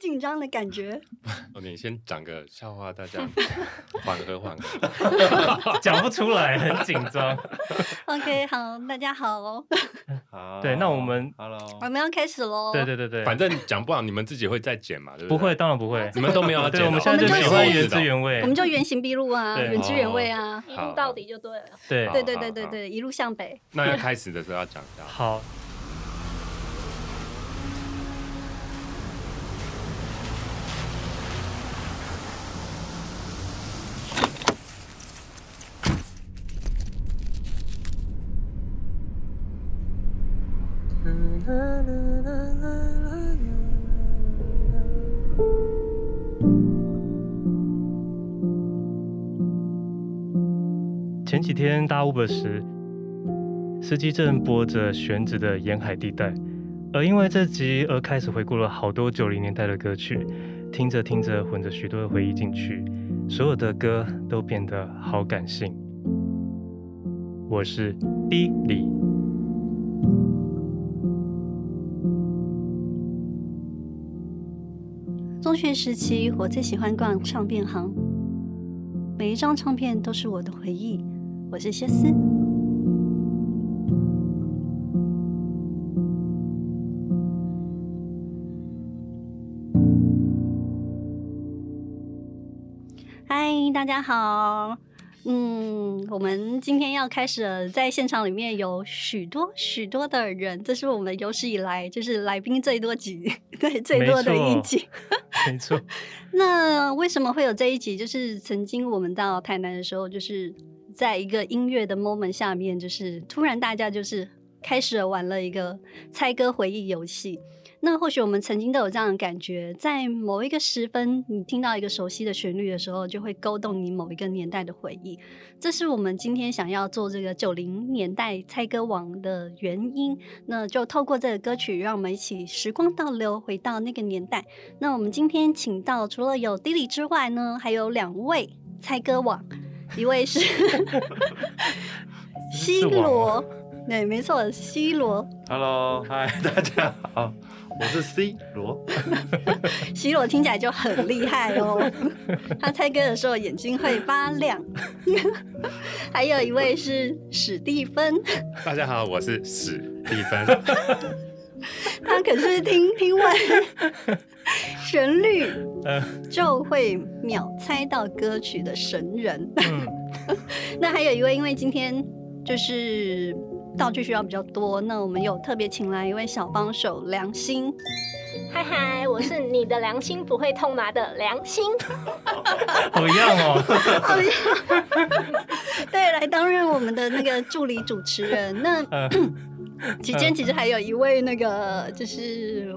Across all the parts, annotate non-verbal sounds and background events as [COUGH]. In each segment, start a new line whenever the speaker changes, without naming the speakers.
紧张的感觉。
哦，你先讲个笑话，大 [LAUGHS] 家缓和缓和。
[LAUGHS] 讲不出来，很紧
[LAUGHS]
张。
[LAUGHS] OK，好，大家
[LAUGHS]
好，哦
好
对那我们
，Hello，
我们要开始喽。
对对对对，
哦反正讲不好，你们自己会再剪嘛，对
不
不
会，
对？
当然不会。
你们都没有要剪
对，
哦，
我们现在就
我们
喜
就是
欢原汁原
我们
味。
就原形毕露啊，
对
原汁原味啊。
哦好
一路到底就对了。
对
好
对对对对
好
对，一路向北。
那要开始的时候要讲一下。哦
好。前几天搭 Uber 时，司机正播着悬着的《沿海地带》，而因为这集而开始回顾了好多九零年代的歌曲，听着听着混着许多的回忆进去，所有的歌都变得好感性。我是 D 李，
中学时期，我最喜欢逛唱片行，每一张唱片都是我的回忆。我是谢思，嗨，大家好。嗯，我们今天要开始了在现场里面有许多许多的人，这是我们有史以来就是来宾最多集， [LAUGHS] 对最多的
没
一
错
集。
没错， [LAUGHS]
那为什么会有这一集？就是曾经我们到台南的时候，就是在一个音乐的 moment 下面，就是突然大家就是开始了玩了一个猜歌回忆游戏。那或许我们曾经都有这样的感觉，在某一个时分，你听到一个熟悉的旋律的时候，就会勾动你某一个年代的回忆。这是我们今天想要做这个九零年代猜歌王的原因。那就透过这个歌曲，让我们一起时光倒流，回到那个年代。那我们今天请到除了有 Dilly 之外呢，还有两位猜歌王，一位是 [LAUGHS] 西罗，对，没错，西罗，
，Hello，嗨，大家好，我是 C 罗，
西罗听起来就很厉害哦，他猜歌的时候眼睛会发亮。 [LAUGHS] 还有一位是史蒂芬，
大家好，我是史蒂芬。
他可是听听完旋律
呃，
就会秒猜到歌曲的神人。
嗯，
[LAUGHS] 那还有一位，因为今天就是道具需要比较多，那我们有特别请来一位小帮手梁心。
嗨嗨，我是你的良心不会痛麻的良心。
好样
[LAUGHS]
哦，
对，来担任我们的那个助理主持人。
[LAUGHS]
那、
呃
[COUGHS] 期间其实还有一位那个就是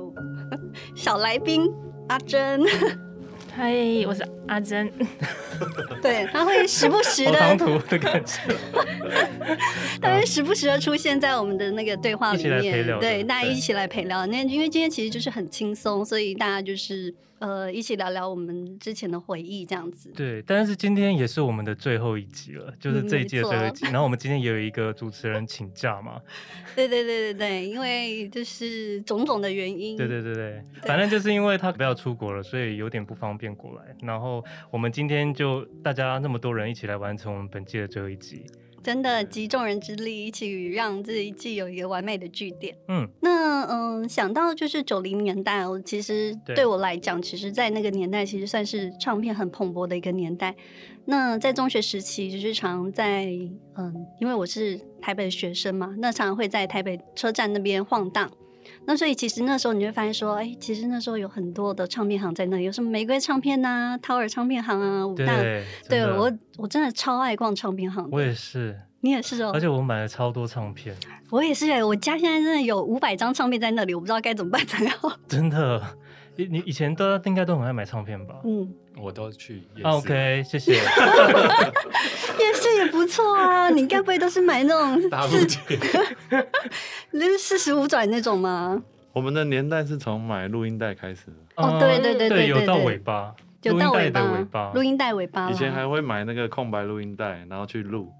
小来宾阿珍， [LAUGHS]
嗨，我是阿珍。
对，他会时不时
好哦唐
的，
突的感觉。
[LAUGHS]
[LAUGHS]
他会时不时的出现在我们的那个对话
一
里
起来陪
面，
聊
对，
的
大家
对
一起来陪聊。那因为今天其实就是很轻松，所以大家就是呃一起聊聊我们之前的回忆这样子。
对，但是今天也是我们的最后一集了，就是
嗯
这一
没
季的最后一
错
集。然后我们今天也有一个主持人请假嘛，
对对对对对，因为就是种种的原因。
对对对对，反正就是因为他不要出国了，所以有点不方便过来。然后我们今天就大家那么多人一起来完成我们本季的最后一集。
真的集众人之力，一起让这一季有一个完美的据点。
嗯，
那嗯，想到就是九零年代哦，其实
对
对我来讲，其实，在那个年代，其实算是唱片很蓬勃的一个年代。那在中学时期，就是常在嗯，因为我是台北学生嘛，那常常会在台北车站那边晃荡。那所以其实那时候你就会发现说，哎，其实那时候有很多的唱片行在那里，有什么玫瑰唱片呐、掏耳唱片行啊、武
对
大，对
真的
我我真的超爱逛唱片行的
我也是，
你也是哦
而，且我买了超多唱片，
我也是哎，我家现在真的有五百张唱片在那里，我不知道该怎么办才好。
真的。你你以前都应该都很爱买唱片吧？
嗯，
[LAUGHS] 我都去夜市。
啊 OK，谢谢。
夜市也不错啊，你该不会都是买那
[LAUGHS]
种
大陆
四
去
就是四十五转那种吗？
我们的年代是从买录音带开始的，
[LAUGHS] 哦
嗯
对对对对对
对，有到
对
尾巴，
有到
录
尾
音带的尾
巴
巴，
录音带尾巴啦。啊
以前还会买那个空白录音带，然后去录，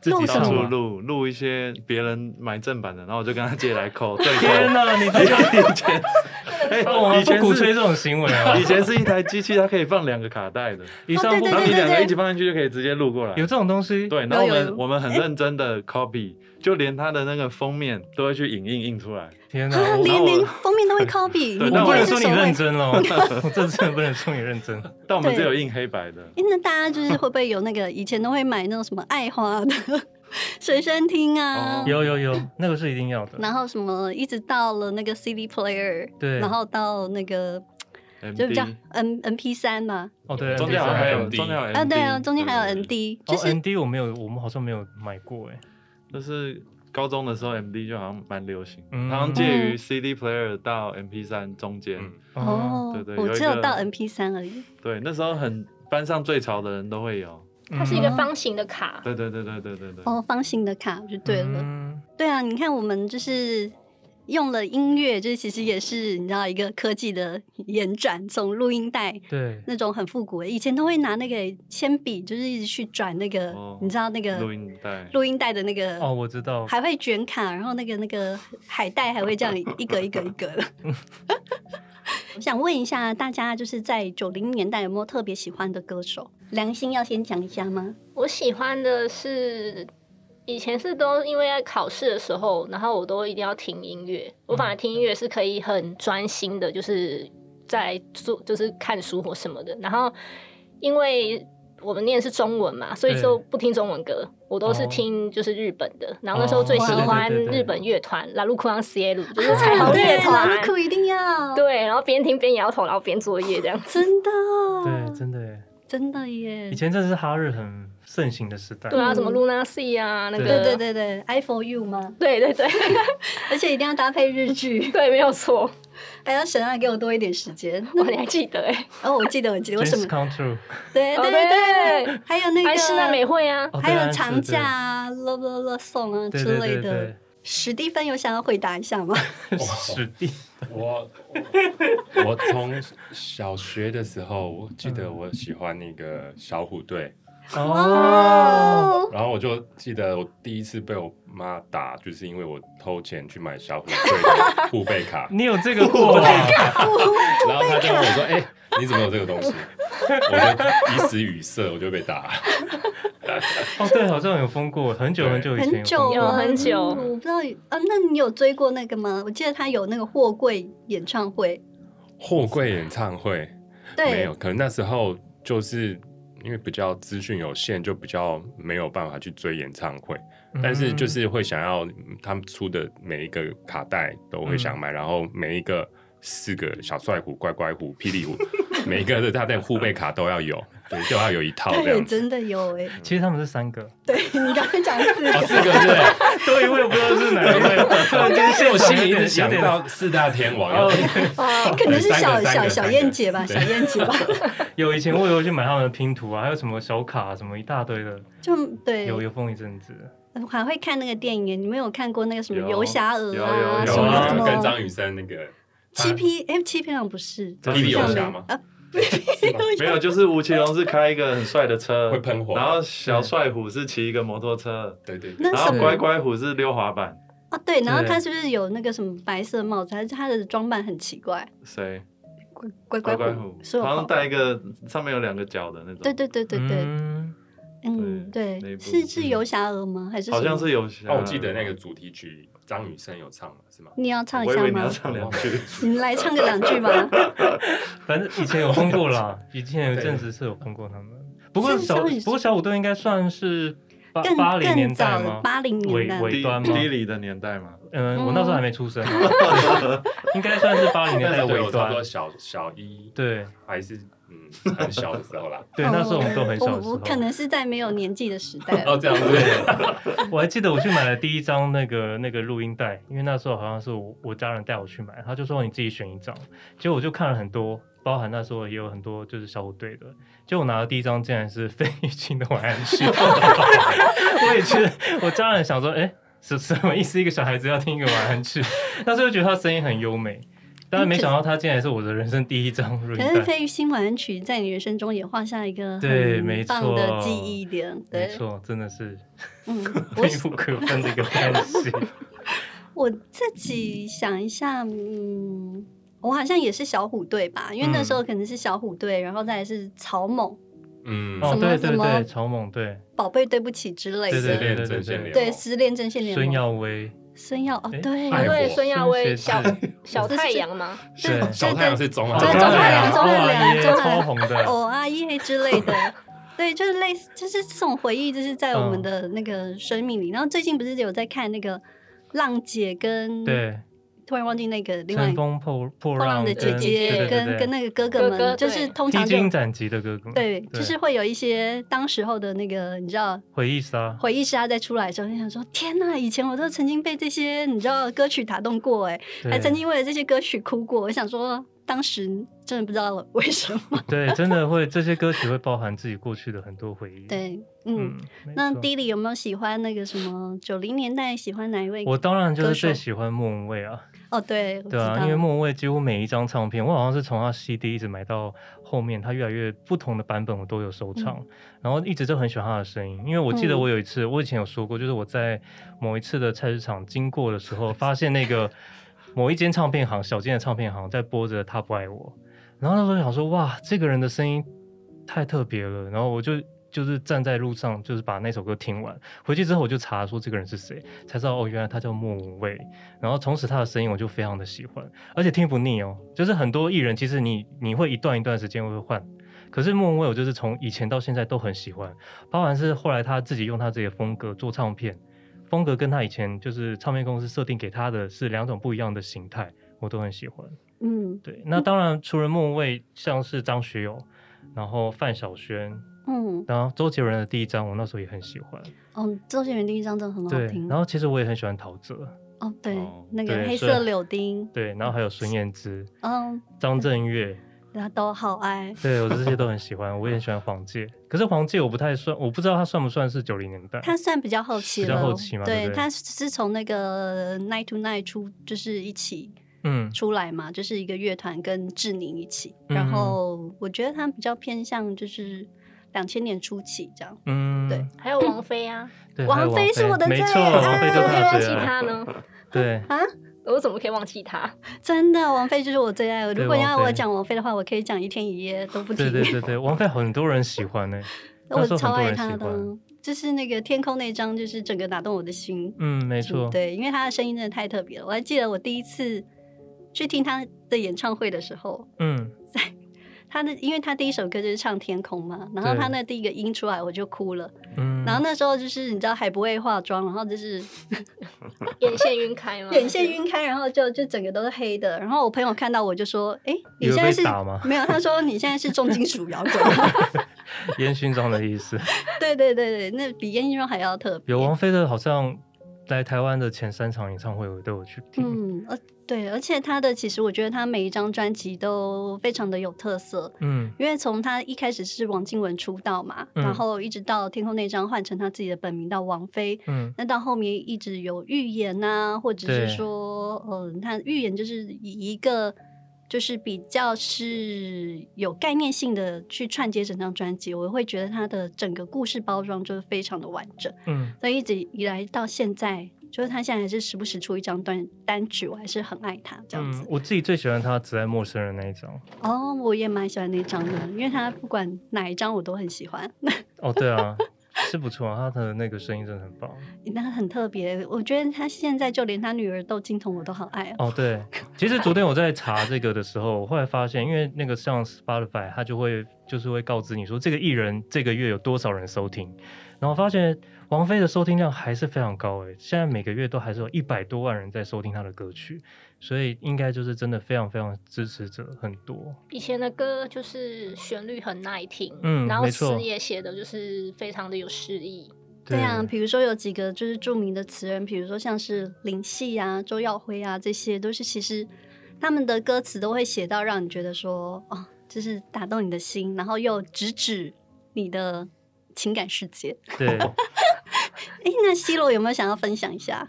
自己
录什
到
唱
处
吗
录录一些别人买正版的，然后我就跟他借来扣，对
天
扣。 [LAUGHS]
哪，你这个哦
那个
我们
以
不
前
鼓
是
吹这种行为啊
[LAUGHS] 以。前是一台机器，它可以放两个卡带的，
以上不
哦对
啊
然后
对
你
对
两个
对
一起放进去就可以直接录过来
有。这种东西，
对，然后我
有有
们我们很认真的 copy，就连它的那个封面都会去影印印出来。
天
[LAUGHS]
哪！
啊，
我
连
我
连封面都会 copy，
对
你
但
不
我不
我
能
能
是
说你
手绘
认真
[LAUGHS]
哦， [LAUGHS] 我这真的不能说你认
[LAUGHS]
真。
但我们
对
只有印黑白的，
诶那大家就是会不会有那个以前都会买那种什么爱花的 [LAUGHS] 随身听啊
哦？
有有有，那个是一定要的。
然后什么，一直到了那个 CD player，
对
然后到那个
MD
就比较 N N P 三嘛，
哦，对，
中间好像
ND
还有
MD
中间还有 MD,
啊对啊，中间还有
对
N
对
D，
哦
[LAUGHS] 就是
，ND 我没有，我们好像没有买过哎。
对就是高中的时候 MD 就好像蛮流行，
嗯
好像介于
嗯
CD player 到 MP 3中间。
嗯
哦
哦，
对对，
我
有一
只有
个
到 N P 三而已。
对，那时候很班上最潮的人都会有。
嗯
它是一个方形的卡，
对对对对对对对。
哦，方形的卡就对了。
嗯
对啊，你看我们就是用了音乐，就是其实也是你知道一个科技的延展，从录音带
对，
那种很复古的，以前都会拿那个铅笔，就是一直去转那个，
哦
你知道那个
录音带。
录音带的那个
哦，我知道，
还会卷卡，然后那个那个海带还会这样一格一格一格的。 [LAUGHS] 我想问一下大家，就是在九零年代有没有特别喜欢的歌手？良心要先讲一下吗？
我喜欢的是。以前是都因为在考试的时候，然后我都一定要听音乐。我反而听音乐是可以很专心的，就是在做，就是看书或什么的。然后因为我们念是中文嘛，所以
对
就不听中文歌，我都是
哦
听就是日本的。然后那时候最喜
哦
欢
对对对对
日本乐团拉鲁库昂 C L，就是彩虹乐
对，
团。
拉库一定要，。
对，然后边听边摇头，然后边作业这样
真的，
对，真的
嗯
耶，
真的耶
以。前真的是哈日很盛行的时代。
对啊，
嗯
什么 Luna C 啊，那个
对对对对，I for you 吗？
对对 [LAUGHS] 对
而且一定要搭配日剧， [LAUGHS]
对没有错，
还要神啊，给我多一点时间。
哇，你还记得哎？
[LAUGHS] 哦，我记得，我记得，我什
Dreams
么？
come true，
对
哦
对
对
对，还有那
安
个
室奈美惠啊，
哦
还
对
有
安室
长假啊、乐乐乐送啊
对
之
对
类
对
的
对。
史蒂芬有想要回答一下吗？
对，史蒂
[LAUGHS] 我我从小学的时候，我记得我喜欢那个小虎队，
哦，，
哦，
然后我就记得我第一次被我妈打，就是因为我偷钱去买小虎队 [LAUGHS] 的护贝卡
你有这个过
哦
啊？
然后她就问我说：“哎、你怎么有这个东西？”我就一时语塞，我就被打。
哦，对，好像有封过，很久
对
很久以前
很
有
久
封
有
了
过。
很久
我不知道。呃，那你有追过那个吗？我记得他有那个货柜演唱会，
货柜演唱会没
对
有，，可能那时候就是因为比较资讯有限，就比较没有办法去追演唱会。但是就
嗯
是会想要嗯他们出的每一个卡带都会想买，然后每一个四个小帅虎、乖乖虎、霹雳虎，每一个的他的护贝卡都要有，对，都要有一套这
对，
样子。
真的有哎。
嗯其实他们是三个，
对你刚才讲四
哦，
个，
四个是不是，
[LAUGHS] 对，我也不知道是哪一
[LAUGHS]
位。突然间
但是我心里一直
有
想
点
到四大天王，
哦
[LAUGHS] 可能是
对三
小
个三
小
个
小
三个
燕姐吧，
对
小燕姐
[LAUGHS]
吧，
有以前我有去买他们的拼图啊，还有什么小卡什么一大堆的，
就对。
有有封一阵子。
我还会看那个电影，你们有看过那个什么
有
游侠鹅啊，
有
什
有
么
啊，
什
跟
么
张雨生那个
七匹？哎，七匹狼不是
张
霹雳
雨
游
生
侠吗？
啊，
[LAUGHS] 没有，就是吴奇隆是开一个很帅的车，
会喷火
然后小帅虎是骑一个摩托车，
对对对，
那
然
什
后
么
啊乖乖虎是溜滑板。
啊？对，然后
对
他是不是有那个什么白色帽子？还是他的装扮很奇怪？
谁？
乖
乖
乖
乖
虎
虎，，
是我
好像
跑的
戴一个上面有两个角的那种。
对对对对对，
嗯
嗯，对
那一，部
是是
嗯
游侠鹅吗？还是什
好像
么
是有侠。
哦，我记得那个主题曲张雨生有唱嘛，是吗？
你要唱一
我以
下
为你要
吗？
唱两句。
你们来唱个两句吧。
[LAUGHS]
反正以前有封过啦，以前有一阵子是有封过他们。不过
是
小
是
不过小虎队应该算是八
更
八零年
更
代
早
吗
的？八零年代，
尾
低
端吗
低里的年代嘛，
嗯，
嗯
我那时候还没出生，
[LAUGHS]
应该算是八零年代
那时候
尾
我差不多
端。
小小一
对
还是嗯很小的时候
[LAUGHS]
啦。
对，那时候我们都很小
哦我
的时
我
候。
可能是在没有年纪的时代
哦，这样子，
我还记得我去买了第一张那个那个录音带，因为那时候好像是我我家人带我去买，他就说你自己选一张，结果我就看了很多，包含那时候也有很多就是小虎队的，结果我拿的第一张竟然是 [LAUGHS] 费玉清的《晚安
[LAUGHS]
曲》，我也觉得我家人想说，哎、什什么意思？一个小孩子要听一个晚安曲， [LAUGHS] 那时候觉得他声音很优美，但是没想到他竟然是我的人生第一张录音
可是
带，
费玉清晚安曲在你人生中也画下一个
对
很
没
棒的
错
记忆点。
没
对，
错，真的是
嗯，我
密不可
[LAUGHS]
分的一个东西。
我自己想一下，嗯，我好像也是小虎队吧，因为那
嗯
时候可能是小虎队，然后再来是草蜢、
嗯，
哦，
什么
对
什
对
么
对，草蜢对，
宝贝对不起之类
对对
的，
失恋
对哦
阵线联盟
对失恋阵线联
孙
盟，
耀威，
孙耀哦
诶，哎
对
爱
对，
火
孙亚
孙
威
协
小
[LAUGHS]
哦
志
小太阳嘛，
对
对
小太阳是中啊，
哦对中
小
太阳中
哦
汉良
耶
中汉
超
良
红的，
哦啊耶之类的。对，就是类似，就是这种回忆，就是在我们
嗯
的那个生命里。然后最近不是有在看那个浪姐跟，
对，
突然忘记那个另外
乘风破破
波浪
浪
的姐
跟
姐
对对
跟
对
跟那个哥哥
哥
们，
哥
就是
对
通
披
常就
荆斩棘的歌歌，
对，就是会有一些当时候的那个你知道
回忆杀，
回忆杀在出来的时候，你想说天呐，以前我都曾经被这些你知道歌曲打动过哎，还
对
曾经为了这些歌曲哭过。我想说，当时真的不知道为什么。
对，真 [LAUGHS] 的会这些歌曲会包含自己过去的很多回忆。，
对，嗯。
嗯，没
那
错
弟弟有没有喜欢那个什么九零年代喜欢哪一位？
我当然就
歌
是最
手
喜欢莫文蔚啊，
哦，对，我知
对
道
啊，因为莫文蔚几乎每一张唱片，我好像是从他 CD 一直买到后面，他越来越不同的版本我都有收藏，然后一直都很喜欢他的声音。因为我记得
嗯
我有一次，我以前有说过，就是我在某一次的菜市场经过的时候，发现那个某一间唱片行小间的唱片行在播着《他不爱我》，然后那时候想说，哇，这个人的声音太特别了，然后我就。就是站在路上，就是把那首歌听完。回去之后，我就查说这个人是谁，才知道哦，原来他叫莫文蔚。然后从此他的声音我就非常的喜欢，而且听不腻哦。就是很多艺人，其实你你会一段一段时间会换，可是莫文蔚我就是从以前到现在都很喜欢，包含是后来他自己用他自己的风格做唱片，风格跟他以前就是唱片公司设定给他的是两种不一样的形态，我都很喜欢。
嗯
对，那当然除了莫文蔚，像是张学友，然后范晓萱，
嗯
然后周杰伦的第一张我那时候也很喜欢，
哦，周杰伦第一张真的很好
对
听，。
然后其实我也很喜欢陶喆，
哦，对
哦，
那个
对
黑
是
色柳丁，
对，然后还有孙燕姿、
嗯，
张震岳。
大家都好爱。
对我这些都很喜欢，我也很喜欢黄玠。可是黄玠我不太算，我不知道他算不算是九零年代。
他算比较后期
比较
了，
后期嘛对
对，
不对
他是从那个 Night to Night 出，就是一起
嗯，
出来嘛，就是一个乐团跟志宁一起。然后我觉得他比较偏向就是两千年初期这样。
嗯，
对
还有王菲啊，
对，
王
还有
菲是我的
没
最啊
错，王
[COUGHS]
菲
对
就
我可以
他
忘
最
记
爱。
他呢？
对，
啊
我怎么可以忘记他？
真的，王菲就是我最爱。
对
如果要
王
我
菲
讲王菲的话，我可以讲一天一夜都不停。
对对对对，王菲很多人喜欢呢。
[LAUGHS]
那
我
时候
超
很多
爱
人喜
她
欢。
的，哦就是那个天空那张，就是整个打动我的心。
嗯，没错。
对，因为她的声音真的太特别了。我还记得我第一次去听她的演唱会的时候，
嗯，
他的，因为他第一首歌就是唱《天空》嘛，然后
对
他那第一个音出来我就哭了，
嗯，
然后那时候就是你知道还不会化妆，然后就是呃
眼线晕开吗？
眼线晕开，然后就就整个都是黑的，然后我朋友看到我就说：“哎，你现在是
以为被打吗
[LAUGHS] 没有？”他说：“你现在是重金属摇滚。
[LAUGHS] 烟熏妆的意思，”
对对对对，那比烟熏妆还要特别
有。哦王菲的，好像来台湾的前三场演唱会我都有去听。
嗯，呃，对，而且他的其实我觉得他每一张专辑都非常的有特色，
嗯
因为从他一开始是王靖雯出道嘛，
嗯
然后一直到天空那张换成他自己的本名到王菲，
嗯
那到后面一直有预言呐、或者
对
是说，嗯、他预言就是以一个就是比较是有概念性的去串接整张专辑，我会觉得他的整个故事包装就是非常的完整。
嗯，
所以一直以来到现在，就是他现在还是时不时出一张单单曲，我还是很爱他这样子
嗯。我自己最喜欢她《只爱陌生人》那一张。
哦，我也蛮喜欢那张的，因为他不管哪一张我都很喜欢。 [LAUGHS]
哦，对啊，是不错啊，她的那个声音真的很棒。
那很特别，我觉得他现在就连他女儿窦靖童我都好爱哦。
哦，对，其实昨天我在查这个的时候，我后来发现，因为那个像 Spotify，它就会就是会告知你说这个艺人这个月有多少人收听，然后发现王菲的收听量还是非常高诶，现在每个月都还是有一百多万人在收听她的歌曲，所以应该就是真的非常非常支持者很多。
以前的歌就是旋律很耐听，
嗯
然后
没错
词也写的就是非常的有诗意。
对啊，比如说有几个就是著名的词人，比如说像是林夕啊、周耀辉啊，这些都是其实他们的歌词都会写到让你觉得说，哦，就是打动你的心，然后又直指你的情感世界。
对，
[LAUGHS] 诶，那西罗有没有想要分享一下？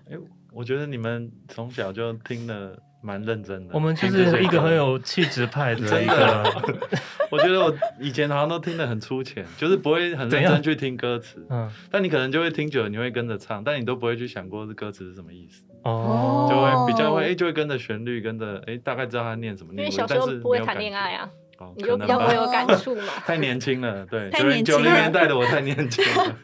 我觉得你们从小就听了蛮认真的。
我们就
听这
是
些
一个
歌
很，有气质派的一
[LAUGHS] 真
个，
的我觉得我以前好像都听得很粗浅，就是不会很
怎
认
样
真去听歌词，
嗯，
但你可能就会听久了，你会跟着唱，但你都不会去想过这歌词是什么意思，
哦
就
哦，
会比较会哎、就会跟着旋律，跟着哎、大概知道他念什么
因
念
为
过，
小时
但
候
是
不会谈恋爱啊，
没有感觉，哦、可
你就比
能
较
吧
不会有感触嘛。
[LAUGHS] 太年轻了，对，
太
九
年
零
轻
九零
了
年代的我太年轻了。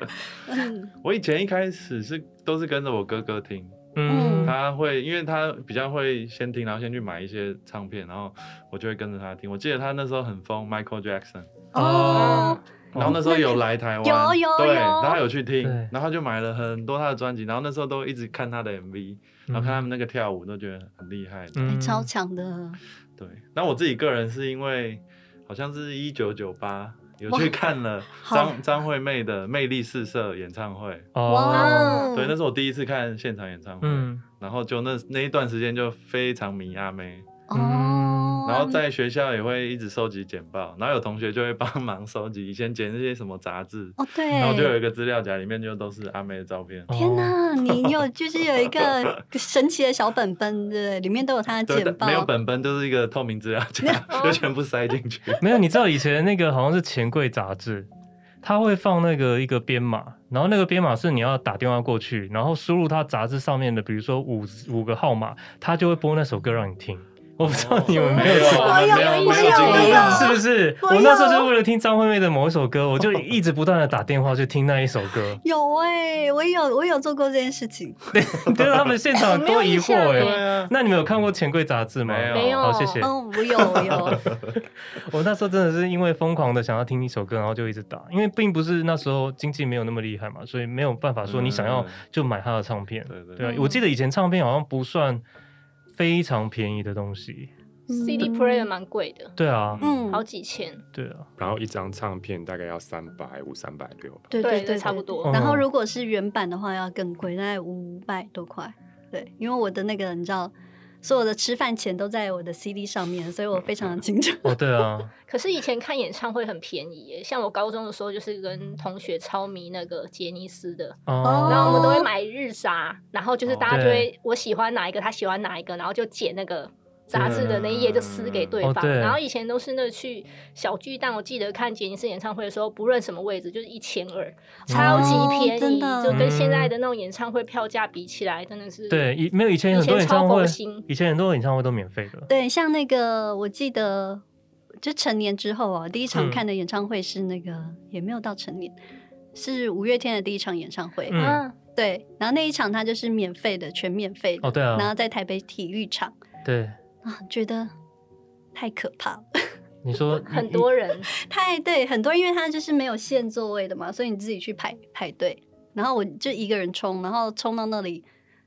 [LAUGHS]
嗯
我以前一开始是都是跟着我哥哥听，
嗯
他会，因为他比较会先听，然后先去买一些唱片，然后我就会跟着他听。我记得他那时候很疯 Michael Jackson，
哦，
然后那时候有来台湾，
有有
对，
有
然后他有去听
对，
然后他就买了很多他的专辑，然后那时候都一直看他的 MV，然后看他们那个跳舞都觉得很厉害。
哎
嗯
超强的，
对，那我自己个人是因为好像是一九九八有
哇
去看了
好
张张惠妹的《魅力四射》演唱会，
哦，
嗯
对，那是我第一次看现场演唱会，
嗯，
然后就那那一段时间就非常迷阿妹。
哦，
然后在学校也会一直收集简报，然后有同学就会帮 [LAUGHS] 忙收集以前剪那些什么杂志，
哦对，哦
然后就有一个资料夹，里面就都是阿妹的照片。
天
哪，
呐，
[LAUGHS]
你有就是有一个神奇的小本本，对不对？里面都有他的
对，
简
但
报，哦
没有本本，就是一个透明
[LAUGHS]
资料夹，就全部塞进去。
[LAUGHS] 没有，你知道以前那个好像是钱柜杂志，它会放那个一个编码，然后那个编码是你要打电话过去，然后输入它杂志上面的，比如说五五个号码，它就会播那首歌让你听。我不知道你们没有
没有，
这种
我们没有，
哦我
没
有
有经历啊
我有 [LAUGHS]
到。
是不是？
我有。
[LAUGHS] 我那时候就为了听张惠妹的某一首歌，我就一直不断的打电话去听那一首歌
[LAUGHS]
有哎、我也有我有做过这件事情，
对，他们现场多疑惑
我没有印象
哎、
耶
对啊，
那你们有看过《钱柜杂志》吗？
没有
没有
好，谢谢。
嗯，我有我有，
[LAUGHS] 我那时候真的是因为疯狂的想要听一首歌，然后就一直打，因为并不是那时候经济没有那么厉害嘛，所以没有办法说你想要
嗯
就买他的唱片。
对对
对啊
嗯，
我记得以前唱片好像不算非常便宜的东西。
CD player 蛮贵的，
对啊，
嗯，
好几千，
对啊，
然后一张唱片大概要三百五、三百六吧。
对
对
对，
差不。多
嗯。
然后如果是原版的话，要更贵，大概五百多块。对，因为我的那个你知道，所有的吃饭钱都在我的 CD 上面，所以我非常的清楚。
哦，对啊，
可是以前看演唱会很便宜耶，像我高中的时候就是跟同学超迷那个杰尼斯的，
哦
然
哦，
后我们都会买日杂，然后就是大家
哦
就会我喜欢哪一个，他喜欢哪一个，然后就剪那个杂志的那一页就撕给对
嗯哦
方。
对
然后以前都是那去小巨蛋，我记得看杰尼斯演唱会的时候，不论什么位置就是一千二，超级便
哦真
宜，
的
就跟现在的那种演唱会票价比起来，真的是
嗯对，以没有以前很多
以
演
前超
唱会
佛心，
以前很多演唱会都免费的。
[LAUGHS] 对，像那个我记得，就成年之后啊，第一场
嗯
看的演唱会是那个、也没有到成年，是五月天的第一场演唱会。
嗯，
啊，
对，然后那一场它就是免费的，全免费的，
哦，对
然
啊
后，在台北体育场
对，
啊，觉得太可怕了，
你说
很多人
太对，很多因为它就是没有限座位的嘛，所以你自己去排排队，然后我就一个人冲，然后冲到那里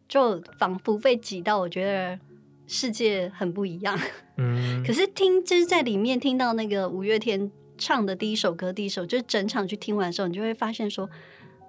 就仿佛被挤到，我觉得世界很不一样。 [LAUGHS]
嗯，
可是听就是在里面听到那个五月天唱的第一首歌，第一首就是整场去听完的时候，你就会发现说，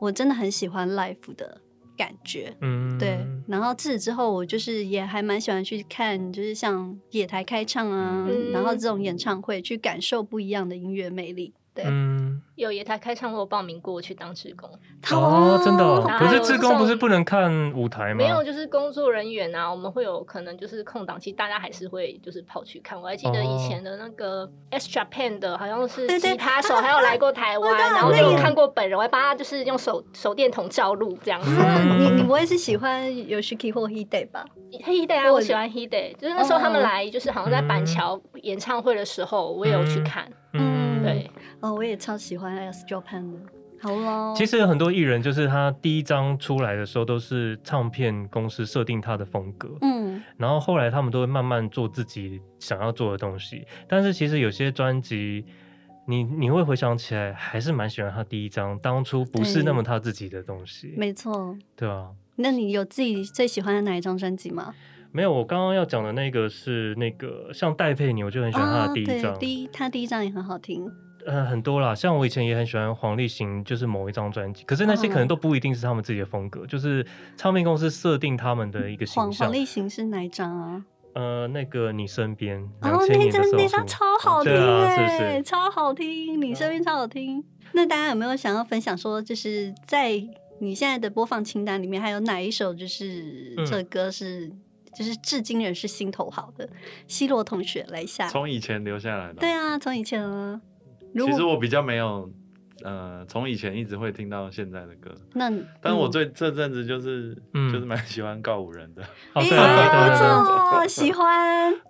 我真的很喜欢 life 的感觉。
嗯，
对，然后自此之后，我就是也还蛮喜欢去看，就是像野台开唱啊，
嗯
然后这种演唱会，去感受不一样的音乐魅力。对，
嗯，
有也台开唱会有报名过去当志工，
哦，真的哦，
哪
可是
有
志
这
工不
种
是不能看舞台吗？
没有，就是工作人员啊，我们会有可能就是空档期，大家还是会就是跑去看。我还记得以前的那个 S Japan 的，好像是
对对
吉他手，还有来过
[LAUGHS]
台湾，
我知道
然后就
那
有
个
看过本人，我还帮他就是用手手电筒照路这样子。
嗯
[LAUGHS]
啊你你不会是喜欢 Yoshiki 或 Hide 吧？
He Day 啊，我喜欢 He Day，就是那时候他们来，就是好像在板桥演唱会的时候，我也有去看。
嗯
对，
哦，我也超喜欢 S Japan 的。好咯，
其实有很多艺人，就是他第一张出来的时候都是唱片公司设定他的风格，
嗯，
然后后来他们都会慢慢做自己想要做的东西。但是其实有些专辑，你你会回想起来，还是蛮喜欢他第一张当初不是那么他自己的东西，
没错。
对啊。
那你有自己最喜欢的哪一张专辑吗？
没有，我刚刚要讲的那个是那个像戴佩妮，我就很喜欢她
啊，
的第一张，
对，第一，他第一张也很好听。
呃，很多啦，像我以前也很喜欢黄立行，就是某一张专辑，可是那些
嗯
可能都不一定是他们自己的风格，就是唱片公司设定他们的一个形
黄
象
黄。立行是哪一张啊？
呃，那个你身边，两
哦，
千
那
年的
张
时候
那
出
张超好听
对啊，
哎、
是不是？
超好听，你身边超好听。那大家有没有想要分享说，就是在你现在的播放清单里面，还有哪一首就是
嗯
这歌是就是至今仍是心头好的西罗同学来下。
从以前留下来的。
对啊，从以前啊，如
其实
果
我比较没有，呃，从以前一直会听到现在的歌，
那你，
但我
嗯
最这阵子就是、
嗯
就是蛮喜欢告五人的，
哦，
哎
对啊对
不
啊
错哦，喜欢。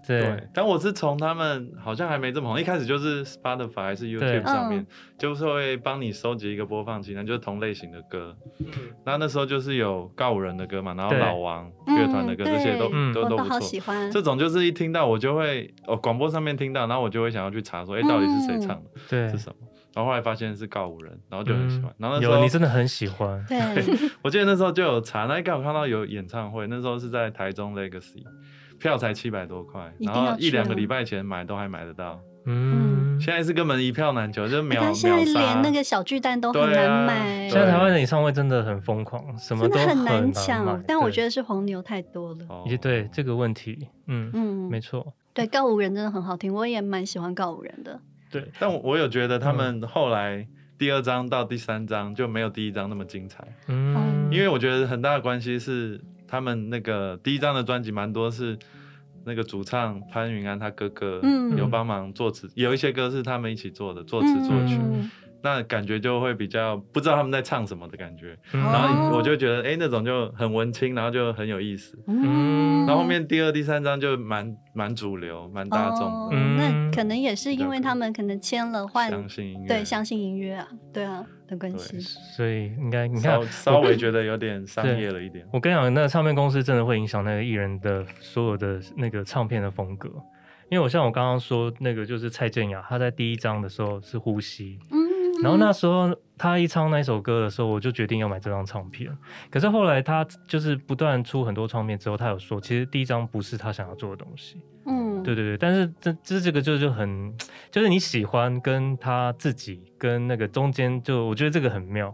对啊，对，
对，但我是从他们好像还没这么红，一开始就是 Spotify 还是
对
YouTube 上面，
嗯
就是会帮你收集一个播放清单，就是同类型的歌。
嗯
那那时候就是有告五人的歌嘛，然后
对
老王
嗯
乐团的歌，这些都、
嗯
对
都
我
都
都
不
好
错
喜。欢。
这种就是一听到我就会，哦，广播上面听到，然后我就会想要去查说，哎、到底是谁唱的，
对
是什么？然后后来发现是告五人，然后就很喜欢。
嗯
然后那时候
有你真的很喜欢，
对，
[LAUGHS]
我记得那时候就有查，那刚好看到有演唱会，那时候是在台中 Legacy，票才七百多块，
一定
然
要
后一两个
去啊
礼拜前买都还买得到，
嗯，
现在是根本一票难求，就是秒
他
秒
现在连
杀
那。个小巨蛋都很
对啊
难买，
现在
对
台湾的演唱会真的很疯狂，什么
真
都
的很
难
难抢
买。
但我觉
得，
得是黄牛太多了。
哦
也对这个问题，嗯，
嗯，
没错，
对，告五人真的很好听，我也蛮喜欢告五人的。
对，
但我我有觉得他们
嗯
后来第二章到第三章就没有第一章那么精彩，
哦
嗯，
因为我觉得很大的关系是他们那个第一张的专辑蛮多是那个主唱潘云安他哥哥
嗯
有帮忙作词，有一些歌是他们一起做的，作词作曲。
嗯
那感觉就会比较不知道他们在唱什么的感觉，
嗯
然后
哦
你我就觉得哎、诶那种就很文青，然后就很有意思。
嗯，
然后后面第二、第三章就蛮蛮主流、蛮大众
哦
的，
那
嗯
可能也是因为他们可能签了换
相信音乐，
对相信音乐啊，对啊的关系
对。
所以应该你看
稍，稍微觉得有点商业了一点。
我跟你讲，那个唱片公司真的会影响那个艺人的所有的那个唱片的风格。因为我像我刚刚说那个就是蔡健雅，她在第一张的时候是呼吸，
嗯，
然后那时候她一唱那首歌的时候，我就决定要买这张唱片。可是后来她就是不断出很多唱片之后，她有说，其实第一张不是她想要做的东西。
嗯，
对对对，但是这这这个就就很，就是你喜欢跟她自己跟那个中间就，我觉得这个很妙。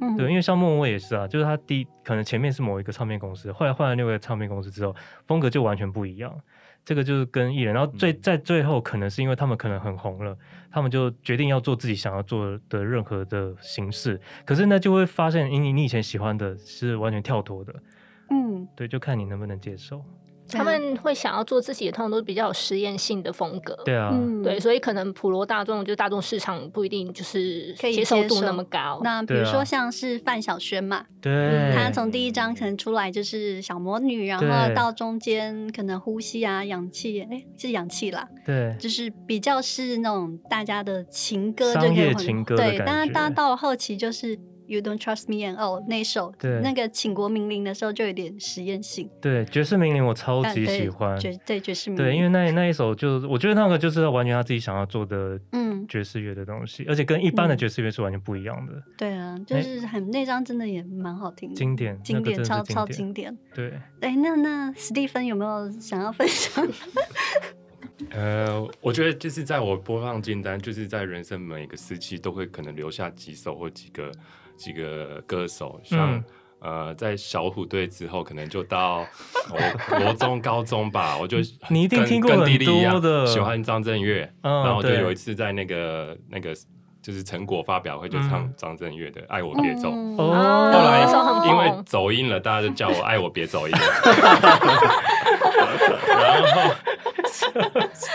嗯，
对，因为像莫文蔚也是啊，就是他第一可能前面是某一个唱片公司，后来换了另外一个唱片公司之后，风格就完全不一样。这个就是跟艺人，然后最
嗯
在最后可能是因为他们可能很红了，他们就决定要做自己想要做的任何的形式。可是呢，就会发现你你以前喜欢的是完全跳脱的，
嗯，
对，就看你能不能接受。
对啊
他们会想要做自己的，通常都是比较有实验性的风格。
对啊，
嗯
对，所以可能普罗大众就大众市场不一定就是
可以
接受
接
度
受
那么高。
那比
对
如
啊
说像是范晓萱嘛，
对，
她嗯从第一章可能出来就是小魔女，然
对
后到中间可能呼吸啊、氧气，哎，是氧气啦，
对
就是比较是那种大家的情歌，
商
就可以
业
混
情歌的
对，
感
但
觉
是大家到了后期就是。You don't trust me and oh 那首
对
那个请国民铃的时候就有点实验性，
对，爵士名伶我超
但
级
嗯对
喜欢，
爵对爵士民
对，因为
谣
那那一首就是我觉得那个就是完全他自己想要做的
嗯
爵士乐的东西，而且跟一般的
嗯
爵士乐是完全不一样的。
对啊，就是很那张真的也蛮好听的，
哎经典
经
那个
典
真的是
超超
经
经典。
对，
对，那那史蒂芬有没有想要分
[LAUGHS]
享？
呃，我觉得就是在我播放清单，就是在人生每个时期都会可能留下几首或几个几个歌手，像、
嗯
呃，在小虎队之后，可能就到我国中、高中吧， [LAUGHS] 我就
你一定
跟
听过
跟弟弟一样
很多的
喜欢张震岳，
嗯
然后就
对
有一次在那个那个就是成果发表会就唱
嗯
张震岳的《爱我别走》。
嗯
哦，
后
来
那时候很
因为
[LAUGHS]
红，
走音了，大家就叫我爱我别走音。然后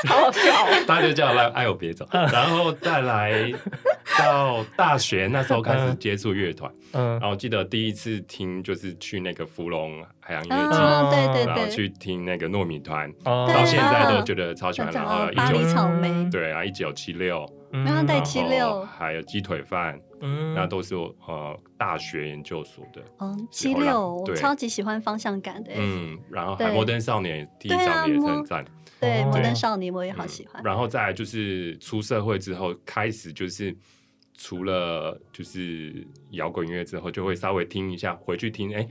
好好笑哦。
大家就叫来爱我别走，然后再来到大学那时候开始接触乐团，
嗯
然后我记得第一次听就是去那个芙蓉海洋音乐季，
啊，对对
然后
对，
去听那个糯米团，
哦
对
到现在都觉得超喜欢。然后
啊
一
巴黎
九
草莓，
对啊，一九七六，
嗯
然后在
然
对76
后还有鸡腿饭，
嗯
那都是我呃大学研究所的，
嗯，七
喜欢啦
六，我
对
超级喜欢方向感的，
嗯，然后还
对
摩登少年第一
对啊
张也是
摩
很赞。
对，
哦
摩
对
登少年我也好
嗯
喜欢，
然后再来就是出社会之后，开始就是除了就是摇滚乐之后，就会稍微听一下，回去听哎，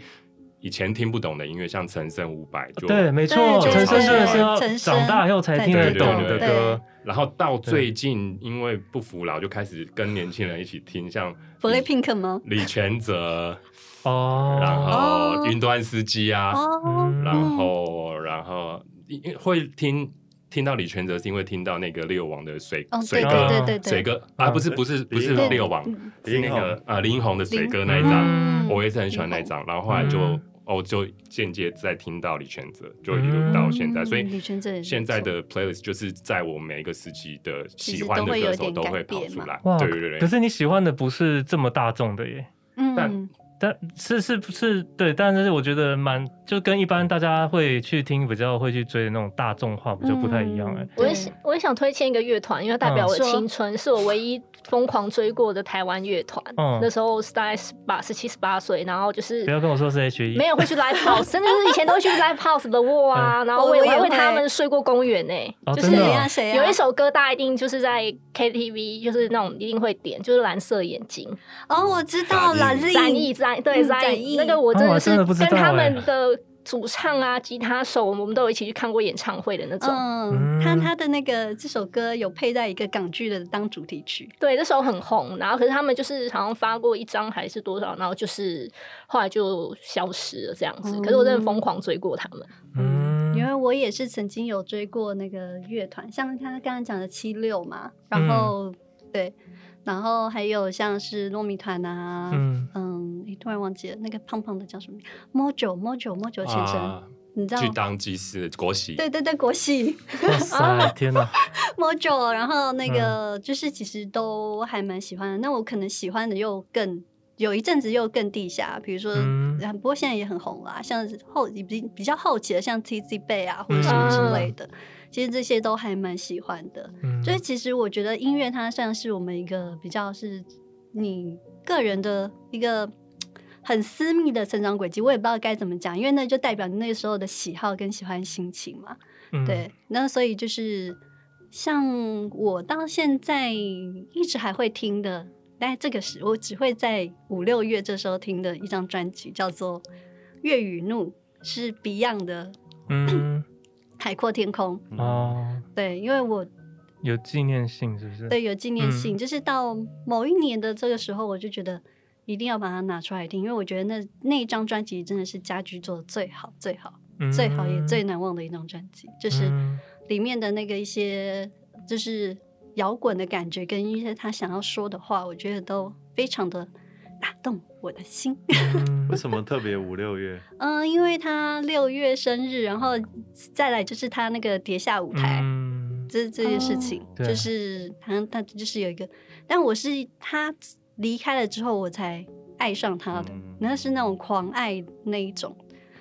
以前听不懂的音乐，像陈升、伍
呃
佰，就
对，没错，
对
陈升真的是要
陈升
长大以后才听得
对对
懂的
对
歌，
然后到最近，因为不服老，就开始跟年轻人一起听，像
Blackpink 吗？
李全
[LAUGHS]
哲，
哦，
然后
哦
云端司机啊，
哦，
嗯
然后然后因因会听听到李全哲，是因为听到那个六王的水
哦，
水
对
歌
哥
对对对
水
对，
哥啊，不是不是不是
对
六王，
嗯
是那个呃林红的水
林
哥那一
嗯
张，
嗯
我也是很喜欢那一张。然后后来就
嗯
哦，就间接在听到李全哲，就一路到现在，
嗯
所以
李全哲也是
现在
不错
的 playlist 就是在我每一个时期的
其
喜
实
欢
都
的
会有
歌手
点
都
改
会跑
变
出
嘛
来，
哇，
对对对。
可是你喜欢的不是这么大众的耶，
嗯
但，
但是是不是对？但是我觉得蛮就跟一般大家会去听比较会去追的那种大众化比较不太一样哎、
嗯
[LAUGHS] 我也
对
想，我也想推荐一个乐团，因为它代表
嗯
我的青春，是我唯一疯狂追过的台湾乐团。
嗯
那时候是大概十八、十七、十八岁，然后就是
不要跟我说是 H E，
没有会去 live house，真的是以前都会去 live house 的我啊， [LAUGHS] 然后我也
我也
还为
会
他们睡过公园呢、
嗯哦
就
真的
是
谁
哦
呀谁呀？
有一首歌大家一定就是在 KTV，就是那种一定会点，就是《蓝色眼睛
哦，我知道啦，
展
是》
展翼展对
嗯
展
展
翼
翼
那个我真
哦我
的
真
是
的不知道
跟他
哎
们的主唱啊、吉他手，我们都有一起去看过演唱会的那种。
嗯，他
嗯
他的那个这首歌有配在一个港剧的当主题曲，
对，那时候很红，然后可是他们就是好像发过一张还是多少，然后就是后来就消失了这样子。
哦
可是我真的疯狂追过他们，
嗯
因为我也是曾经有追过那个乐团，像他刚刚讲的七六嘛，
嗯
然后、对，然后还有像是糯米团啊，嗯
嗯
诶突然忘记了那个胖胖的叫什么名，Mojo Mojo Mojo 前身，
啊，
你知道
去
吗？
当技师国玺，
对对对，国玺
哇塞，天哪，
Mojo，然后那个、就是其实都还蛮喜欢的。那我可能喜欢的又更有一阵子又更地下，比如说，
嗯
啊不过现在也很红啦，像是后比比较后期的，像 T Z 贝啊或者什么
嗯
之类的，其实这些都还蛮喜欢的。
嗯
所以其实我觉得音乐它算是我们一个比较是你个人的一个。很私密的成长轨迹，我也不知道该怎么讲，因为那就代表你那时候的喜好跟喜欢心情嘛。
嗯
对，那所以就是像我到现在一直还会听的，但这个是我只会在五六月这时候听的一张专辑，叫做《粤语怒》，是 Beyond 的《
嗯
海阔天空》。
嗯
哦，
对，因为我
有纪念性是不是？
对有纪念性，
嗯
就是到某一年的这个时候，我就觉得。一定要把它拿出来听，因为我觉得那那一张专辑真的是家居做的最好、最好、
嗯，
最好也最难忘的一张专辑，就是
嗯
里面的那个一些就是摇滚的感觉，跟一些他想要说的话，我觉得都非常的打动我的心。
嗯
[LAUGHS]
为什么特别五六
[LAUGHS]
月？
嗯，因为他六月生日，然后再来就是他那个跌下舞台。
嗯
这这件事情，
对
就是他他就是有一个，但我是他离开了之后，我才爱上他的，
嗯
那是那种狂爱那一种，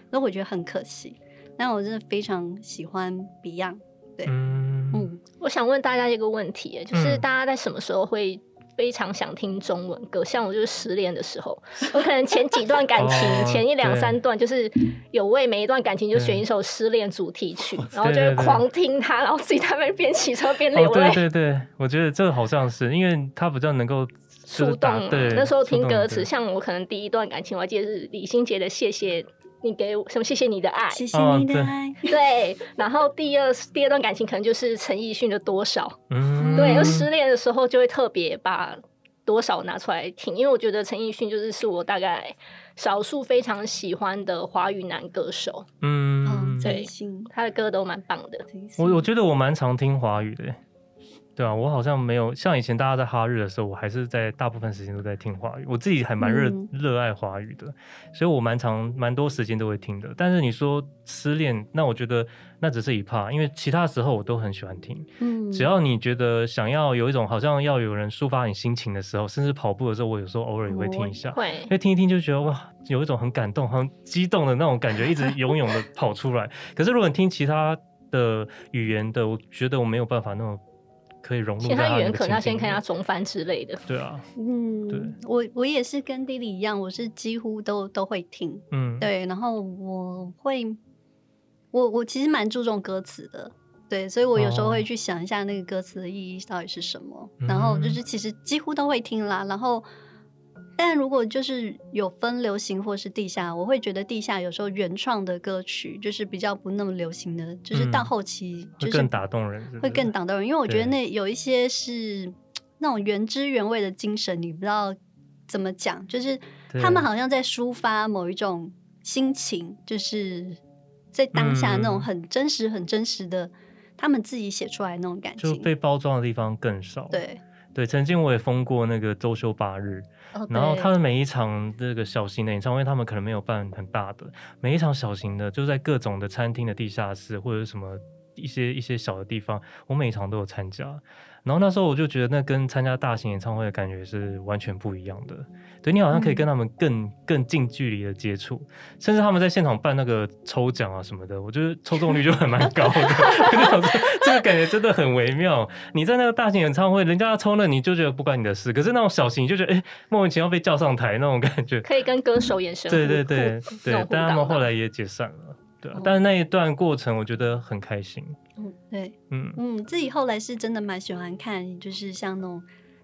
所以我觉得很可惜。但我真的非常喜欢 Beyond，
嗯嗯
嗯，
我想问大家一个问题，就是
嗯
大家在什么时候会？非常想听中文歌，像我就是失恋的时候，我可能前几段感情，
哦
前一两
对
三段就是有为每一段感情就选一
对哦
首失恋主题曲，然后就
对对对
会狂听它，然后自己在那边边骑车边流
哦，
泪
对。对对，我觉得这个好像是，因为它比较能够就是
触动
打
啊
对，
那时候
触
听
动
歌
你
词，
的
像我可能第一段感情，我还记得是李心洁的《谢谢你给我什么谢谢你的爱》，
谢谢
哦
你的
对
爱。
对。然后第二第二段感情可能就是陈奕迅的《多少》，
嗯
对。而失恋的时候就会特别把《多少》拿出来听，因为我觉得陈奕迅就是是我大概少数非常喜欢的华语男歌手，
嗯，
嗯，
对
真心，
他的歌都蛮棒的。
真心
我我觉得我蛮常听华语的耶，对啊，我好像没有像以前大家在哈日的时候，我还是在大部分时间都在听华语，我自己还蛮热
嗯
热、爱华语的，所以我蛮长蛮多时间都会听的。但是你说失恋，那我觉得那只是一 part，因为其他时候我都很喜欢听。
嗯
只要你觉得想要有一种好像要有人抒发你心情的时候，甚至跑步的时候，我有时候偶尔也会听一下。
会
因为听一听就觉得哇，有一种很感动、很激动的那种感觉，一直涌涌的跑出来。 [LAUGHS] 可是如果你听其他的语言的，我觉得我没有办法那种可以融入
其
在
他
他
语
那
言
个
可能要
情
先
境
看
里
一下中翻之类的。
对啊，
嗯，
对
我我也是跟弟弟一样，我是几乎都都会听，
嗯，
对，然后我会，我我其实蛮注重歌词的，对，所以我有时候会
哦
去想一下那个歌词的意义到底是什么，
嗯
然后就是其实几乎都会听啦，然后。但如果就是有分流行或是地下，我会觉得地下有时候原创的歌曲就是比较不那么流行的，就是到
嗯
后期就
会
是
更打动人是不是，
会更打动人，因为我觉得
嗯对
那有一些是那种原汁原味的精神，你不知道怎么讲，就是
对
他们好像在抒发某一种心情，就是在当下那种
嗯
很真实、很真实的他们自己写出来的那种感
就
情。
被包装的地方更少。
对
对，曾经我也封过那个周休八日，
哦
然后
对
他的每一场这个小型的演唱会，他们可能没有办很大的，每一场小型的就在各种的餐厅的地下室或者是什么一些一些小的地方，我每一场都有参加。然后那时候我就觉得，那跟参加大型演唱会的感觉是完全不一样的。对你
嗯
好像可以跟他们更、更近距离的接触，甚至他们在现场办那个抽奖啊什么的，我觉得抽中率就很蛮高的。 [LAUGHS] 我就想说这个感觉真的很微妙。你在那个大型演唱会，人家要抽了你就觉得不关你的事，可是那种小型你就觉得哎、莫名其妙被叫上台那种感觉。
可以跟歌手眼神互
对对对
互那
对
种，互
但他们
动
后
的
来也解散了，对、
嗯
啊。但是那一段过程我觉得很开心，
对，
嗯。
嗯，自己后来是真的蛮喜欢看，就是像那种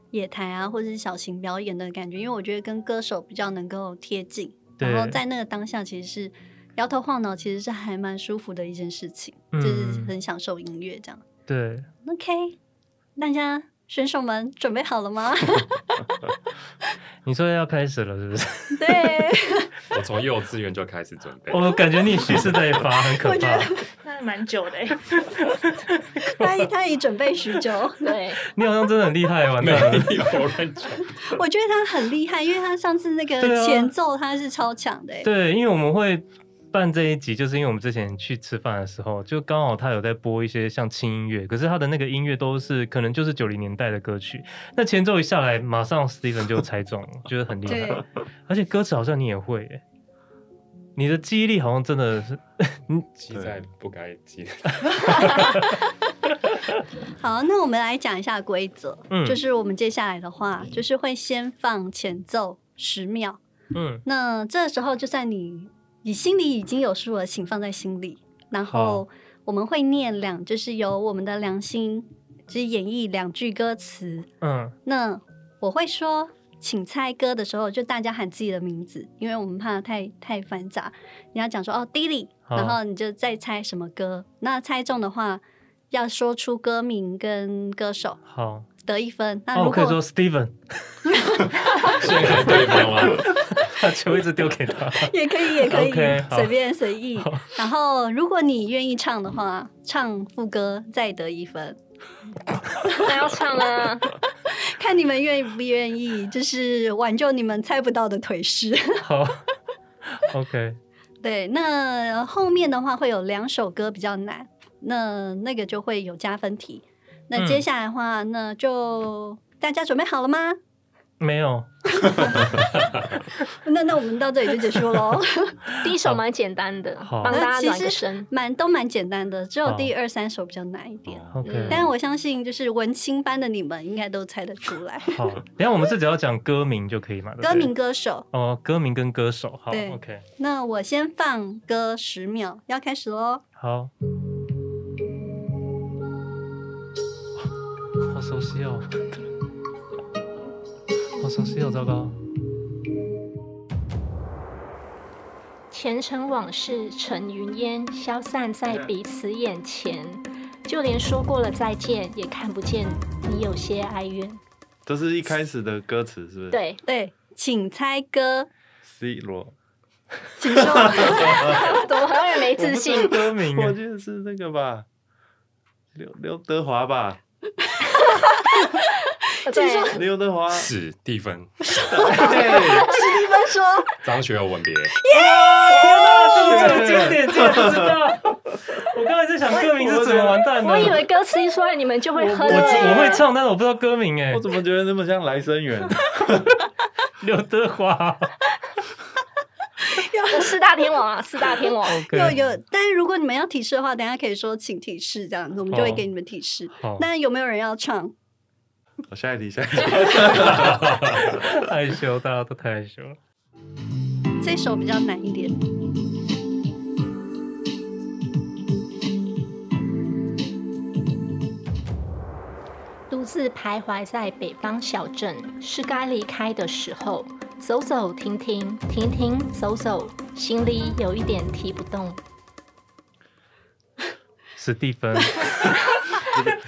野台啊，或者是小型表演的感觉，因为我觉得跟歌手比较能够贴近，然后
对
在那个当下其实是摇头晃脑，其实是还蛮舒服的一件事情，就是
嗯
很享受音乐这样。
对，
OK，大家选手们准备好了吗？ [LAUGHS]
你说要开始了是不
[LAUGHS]
是？
对，
我从幼稚园就开始准备，
我感觉你蓄势待发，很可
我觉
怕。
得那蛮久的欸， [LAUGHS]
他已他已准备许久，
对，
你好像真的很厉害，完
没
蛋了。
有认真。
我觉得他很厉害，因为他上次那
对
个
啊
前奏他是超强的、欸，
对，因为我们会办这一集，就是因为我们之前去吃饭的时候，就刚好他有在播一些像轻音乐，可是他的那个音乐都是可能就是九零年代的歌曲。那前奏一下来，马上 Steven 就猜中了，觉得很厉害。而且歌词好像你也会、耶你的记忆力好像真的是，
记在不该记的。 [LAUGHS]
好，那我们来讲一下规则，
嗯
就是我们接下来的话，就是会先放前奏十秒，
嗯，
那这时候就算你你心里已经有数了，请放在心里，然后我们会念两，就是由我们的良心就是演绎两句歌词，
嗯，
那我会说。请猜歌的时候，就大家喊自己的名字，因为我们怕太太繁杂。你要讲说哦 d i l y
好
然后你就再猜什么歌。那猜中的话，要说出歌名跟歌手。
好。
得一分。那
哦，
如
我可以
果、
说 Steven， [LAUGHS]
先给对方吗？
把球一直丢给他。
[LAUGHS] 也可以，也可以
OK，好
随便随意。然后，如果你愿意唱的话，唱副歌再得一分， [LAUGHS]
那要
[LAUGHS]
唱啊，
看你们愿不愿意，就是挽救你们猜不到的腿势。 [LAUGHS]
好，OK，
对，那后面的话会有两首歌比较难，那那个就会有加分题。那接下来的话，那就大家准备好了吗？
没有，
那那我们到这里就结束
[LAUGHS]
喽。
第一首蛮简单的，
好
帮大家
那
暖
其
个
实
身。
蛮都蛮简单的，只有
好哦
第二三首比较难一点。
OK
嗯
但我相信，就是文青班的你们应该都猜得出来，
好，等一下我们是只要讲歌名就可以嘛？对不对
歌名歌手。
哦，歌名跟歌手，好
对
，OK，
那我先放歌十秒，要开始喽。
[LAUGHS] 好，好熟悉 [LAUGHS] 哦，好熟悉哦，糟糕，
前尘往事成云烟，消散在彼此眼前。就连说过了再见，也看不见你有些哀怨。
这是一开始的歌词，是不是？
对， [LAUGHS]
对，请猜歌，
，C 罗，
请
[LAUGHS]
说。
怎么好像没自
我
信
不知？道歌名
我
啊，
记得是那个吧，刘刘德华吧，
对，
刘德华，
史蒂芬，
[LAUGHS] 对，
一分说，
张学友吻别，
啊这么经典竟然不知道， [LAUGHS] 我刚才在想歌名是怎么完蛋的，
[LAUGHS] 我以为歌词一出来你们就会哼
我
了
知
耶。
我会唱，但是我不知道歌名哎
我，怎么觉得那么像来生缘？ [LAUGHS]
刘德华
[LAUGHS] 四大天王啊，四大天王。
，OK，
有有，但是如果你们要提示的话，等一下可以说请提示这样子，我们就会
好
给你们提示。
好，
那有没有人要唱？
我下一题，下一题，
[LAUGHS] 害羞，大家都太害羞了，
这首比较难一点。
独自徘徊在北方小镇，是该离开的时候。走走停停，停停走走，心里有一点提不动。
史蒂芬。 [LAUGHS]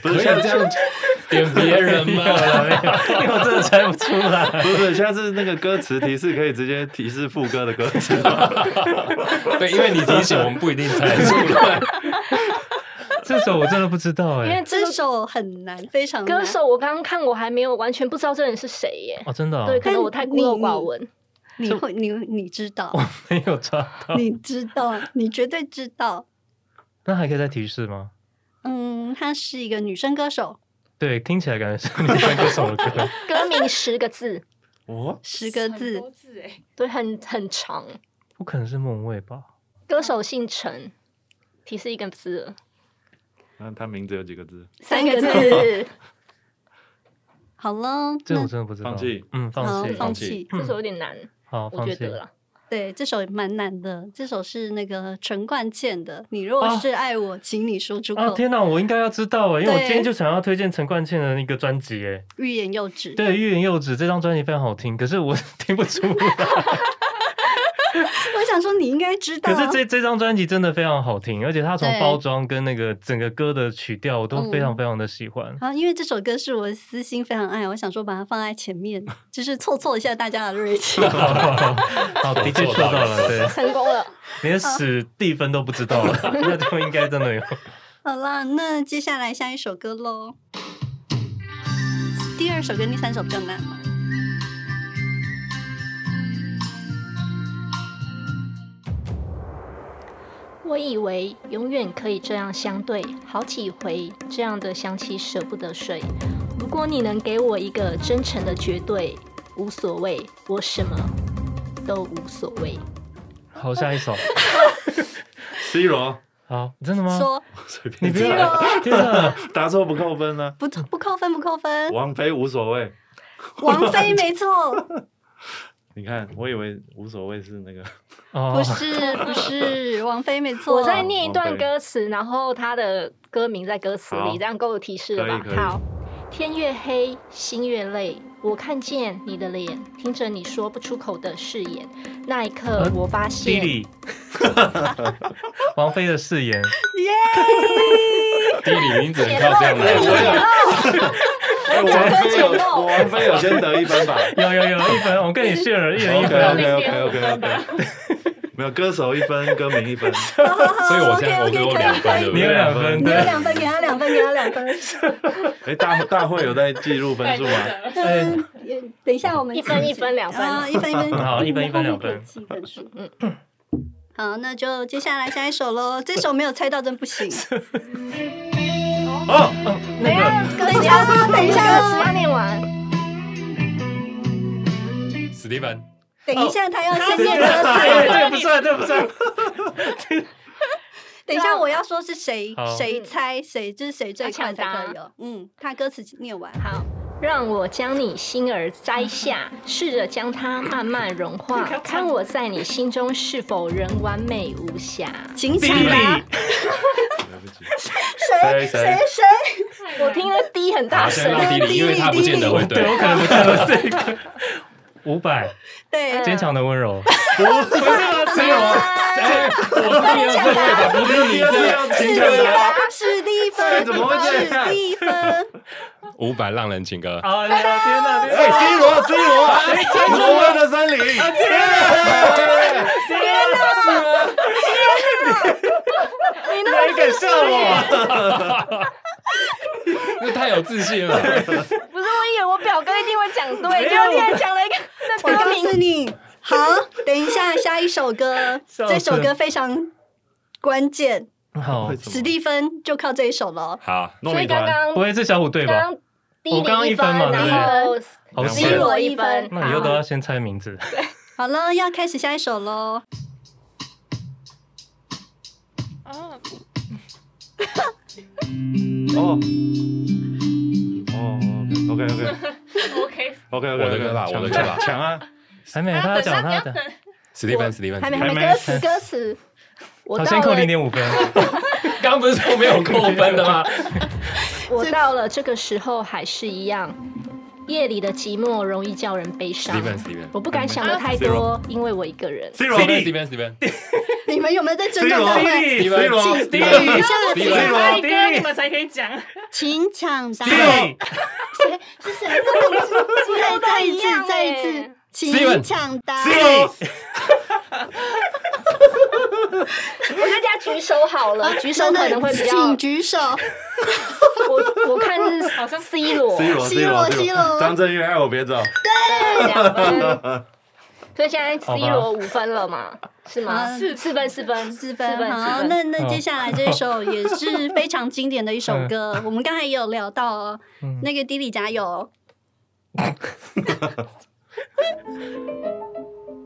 不是下次，
[LAUGHS] 点别人
没有了，
[LAUGHS]
没有，哎因为我真的猜不出来。
不是不是，下次那个歌词提示可以直接提示副歌的歌词。
对，因为你提醒我们不一定猜得出来。
这首我真的不知道
因
哎、
为这
这
个
首很难，非常难
歌手我刚刚看我还没有完全不知道这人是谁耶，
哦，真的、哦，
对，可
但
能我太孤
你
陋寡
你
闻。
你会你你知道，
[LAUGHS] 没有抓到。
你知道，你绝对知道。
那还可以再提示吗？
嗯，她是一个女生歌手，
对，听起来感觉是女生歌手的歌。
[LAUGHS] 歌名十个字，
哦，
十个
很
字
多。字哎，
对，很很长。
不可能是梦卫吧？
歌手姓陈，提示一个字了，
那他名字有几个字？
三个字
字，
好了，
哦这我
那
真的不知道。
放弃，
嗯，
好
放弃，
放
放
弃
弃。
这首有点难，
好，
我
放
觉
弃。
得啦。
对，这首蛮难的，这首是那个陈冠茜的《你若
哦
是爱我，请你说出口
啊，》，天哪，我应该要知道哎，因为我
对
今天就想要推荐陈冠茜的那个专辑哎。
欲言又止。
对，《欲言又止》这张专辑非常好听，可是我听不出来。
我想说你应该知道
可
啊，
是这这张专辑真的非常好听，而且它从
对
包装跟那个整个歌的曲调，我都非常非常的喜欢。 [LAUGHS]
啊，因为这首歌是我私心非常爱，我想说把它放在前面，就是凑凑一下大家的锐
[LAUGHS]
气。
好好好好，的确说到了，
[LAUGHS]
对，
成功了，
连史蒂芬都不知道了，那就应该真的有。
好啦，那接下来下一首歌喽。第二首跟第三首比较难嘛。
我以为永远可以这样相对，好几回这样的想起舍不得睡。如果你能给我一个真诚的绝对，无所谓，我什么都无所谓。
好，下一首。
C 罗 [LAUGHS]
好，啊真的吗？
说
随便
你不要
答，
[LAUGHS] 天哪！
答错不扣分呢。
不不扣分，不扣分。
王菲无所谓，
王菲没
[LAUGHS] 哦
错，
你看，我以为无所谓是那个，
不
哦，
是不是，王菲没错。
我再念一段歌词，然后他的歌名在歌词里，
好
这样够有提示了
可以
吧？
可以
好，天越黑，心越累，我看见你的脸，听着你说不出口的誓言。那一刻
呃，
我发
弟
现，
弟， [LAUGHS] 王菲的誓言，
第一名只能靠这样来
解
的。
[LAUGHS] 哎，王菲有，我王菲有先得一分吧
有有有一分，我跟你 share 一人一
？OK
分。
OK OK OK OK，没有歌手一分，歌名一分，
所以我现在我
OK，OK，
给我
可以
两分，对不
你有
对？
两分，
你有
对，
两分，给他两分，给他两分。
哎，大大会有在记录分数吗？
哎
嗯，也等一下我们
一分一分两分
啊，一分一分，
好一分一分
我们后面
两分
可以记分数。嗯，好，那就接下来下一首喽。这首没有猜到真不
[LAUGHS]
行。
哦，
那个
等一下啦，等一下哦
歌词
啦，
要念完。
史蒂芬，
等一下，他要先念歌
哎，
词。
这个不算，这个不算。
等一下，我要说是谁
好
谁猜谁，就是谁最快才可以哦。嗯，他歌词念完。
好，让我将你心儿摘下，试着将它慢慢融 [LAUGHS] 化，看我在你心中是否仍完美无瑕。
请起
弟
来，
弟，
来不及，
谁谁
谁谁
谁？
我听了滴很大
好，先
声，
让迪迪，因为他不见得会对
对。我可能不知道这个。 [LAUGHS] 五百，
对，
坚强的温柔。
不
不是吗？只有
哎，我当然会吧，不是你
这
这
样请
史蒂
抢答，
芬，史蒂芬，
这怎么会这样
史蒂芬，
五百浪人情歌，
啊！天哪，天
哎
哪！
，C 罗 C 罗，挪威的森林，
你哪里敢笑我？
因为太有自信了。
不是，我以为我表哥一定会讲对，
有
结果你还讲了一个那
我
歌
告诉
名，
你，好，等一下，下一首歌，
笑死
这首歌非常关键，
好，
史蒂芬就靠这一首了。
好，
弄
所以
一
刚
团，
刚
不会是小虎队
刚
吧？
刚滴
我刚刚
你
一分嘛
然后
对
好
刚
C
险
刚！
罗一分，
哦那以后都
好
要先猜名字。
好了，要开始下一首喽。
哦，
哦，哦，OK OK OK。
OK，
OK，
我的歌吧我的歌吧
抢啊！
还没，他要讲他的。
史蒂芬，史蒂芬，
还没
史蒂
还
芬
没歌词歌词，我
好，
到
先扣零
了
点五分。
刚不是说没有扣分的 [LAUGHS] 吗？
我到了这个时候还是一样，夜里的寂寞容易叫人悲
史
伤
蒂。芬，史蒂芬
我不敢想的太多，因为我一个人。
C 罗
史蒂芬，史蒂芬，
你们有没有在尊重他们？
史蒂芬，史蒂
等一
芬，
下，
迪
你
迪
们猜
迪
歌，你们才可以讲。
请抢答。
弟，
谁是 [LAUGHS] 谁？再再一
一样
次，
欸
再一次，请
Steven
抢答。
我在家举手好到了，举手可能会比较。
请举手。
[LAUGHS] 我我看是
好像
C 罗，
C 罗
C 罗 C 罗
张震岳爱我别走，
对两分。所以现在 C
好吧
罗五分了嘛？是吗？
啊
四四分，四分，
四
四
分
分，
好，
四分。
那那接下来这一首也是非常经典的一首歌，我们刚才也有聊到哦，
嗯
那个迪里加油，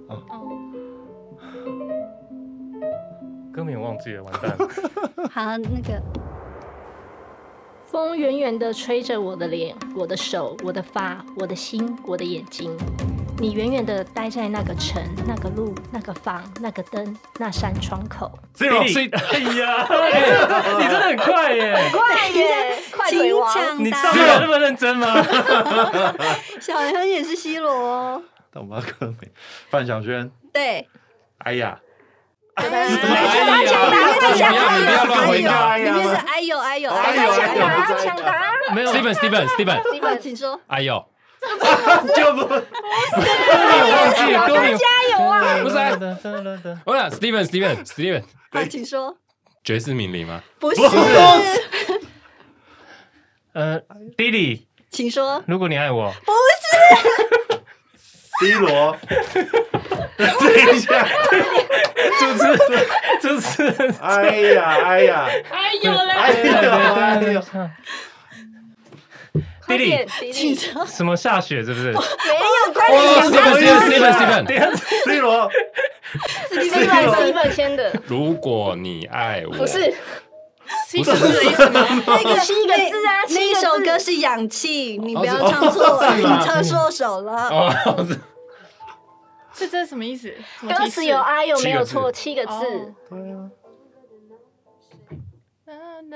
哦，
歌名我忘记了，完蛋了。
好，那个
风远远地吹着我的脸、我的手、我的发、我的心、我的眼睛。你远远地待在那个城、那个路、那个房、那个灯、那扇窗口。
Zero
比你
C
哎呀，哎你真的很快耶！
快耶！快
请
腿王！
抢
你上
答，
面有那么认真吗？
小杨也是 C 罗哦，
懂吗？歌名范晓萱，
对，
哎呀，
大抢答，大抢答，
你不要乱回答
里面是哎呦哎呦
哎
哎
呦
呦，
抢答！抢答！
没有，
Steven Steven Steven，
你们请说，
哎呦，
就不
忘记了歌名。
加油啊！
不是啊 [LAUGHS]
是，
我想 Steven Steven Steven，
好，请说，
爵士名伶吗？
不是，
呃，Billy，
请说，
如果你爱我，
C 罗，等一下，
主持人，主持人，
哎呀，哎呀，
哎有
哎
嘞，
呀，哎呀，
快点，
请说，
什么下雪是不是？
哦，Steven Steven Steven Steven，
，C 罗，
你是来四分先的，
如果你爱我，
不是？
七个字的意思吗？
那个
七个字啊
那
七
那
个字
首歌是氧气，你不要唱错了，你唱错手了。
哦，
是这是什么意思？什么
歌
提
词
示
有啊，有没有错？七个字
哦，
对啊，
噔 [LAUGHS] 噔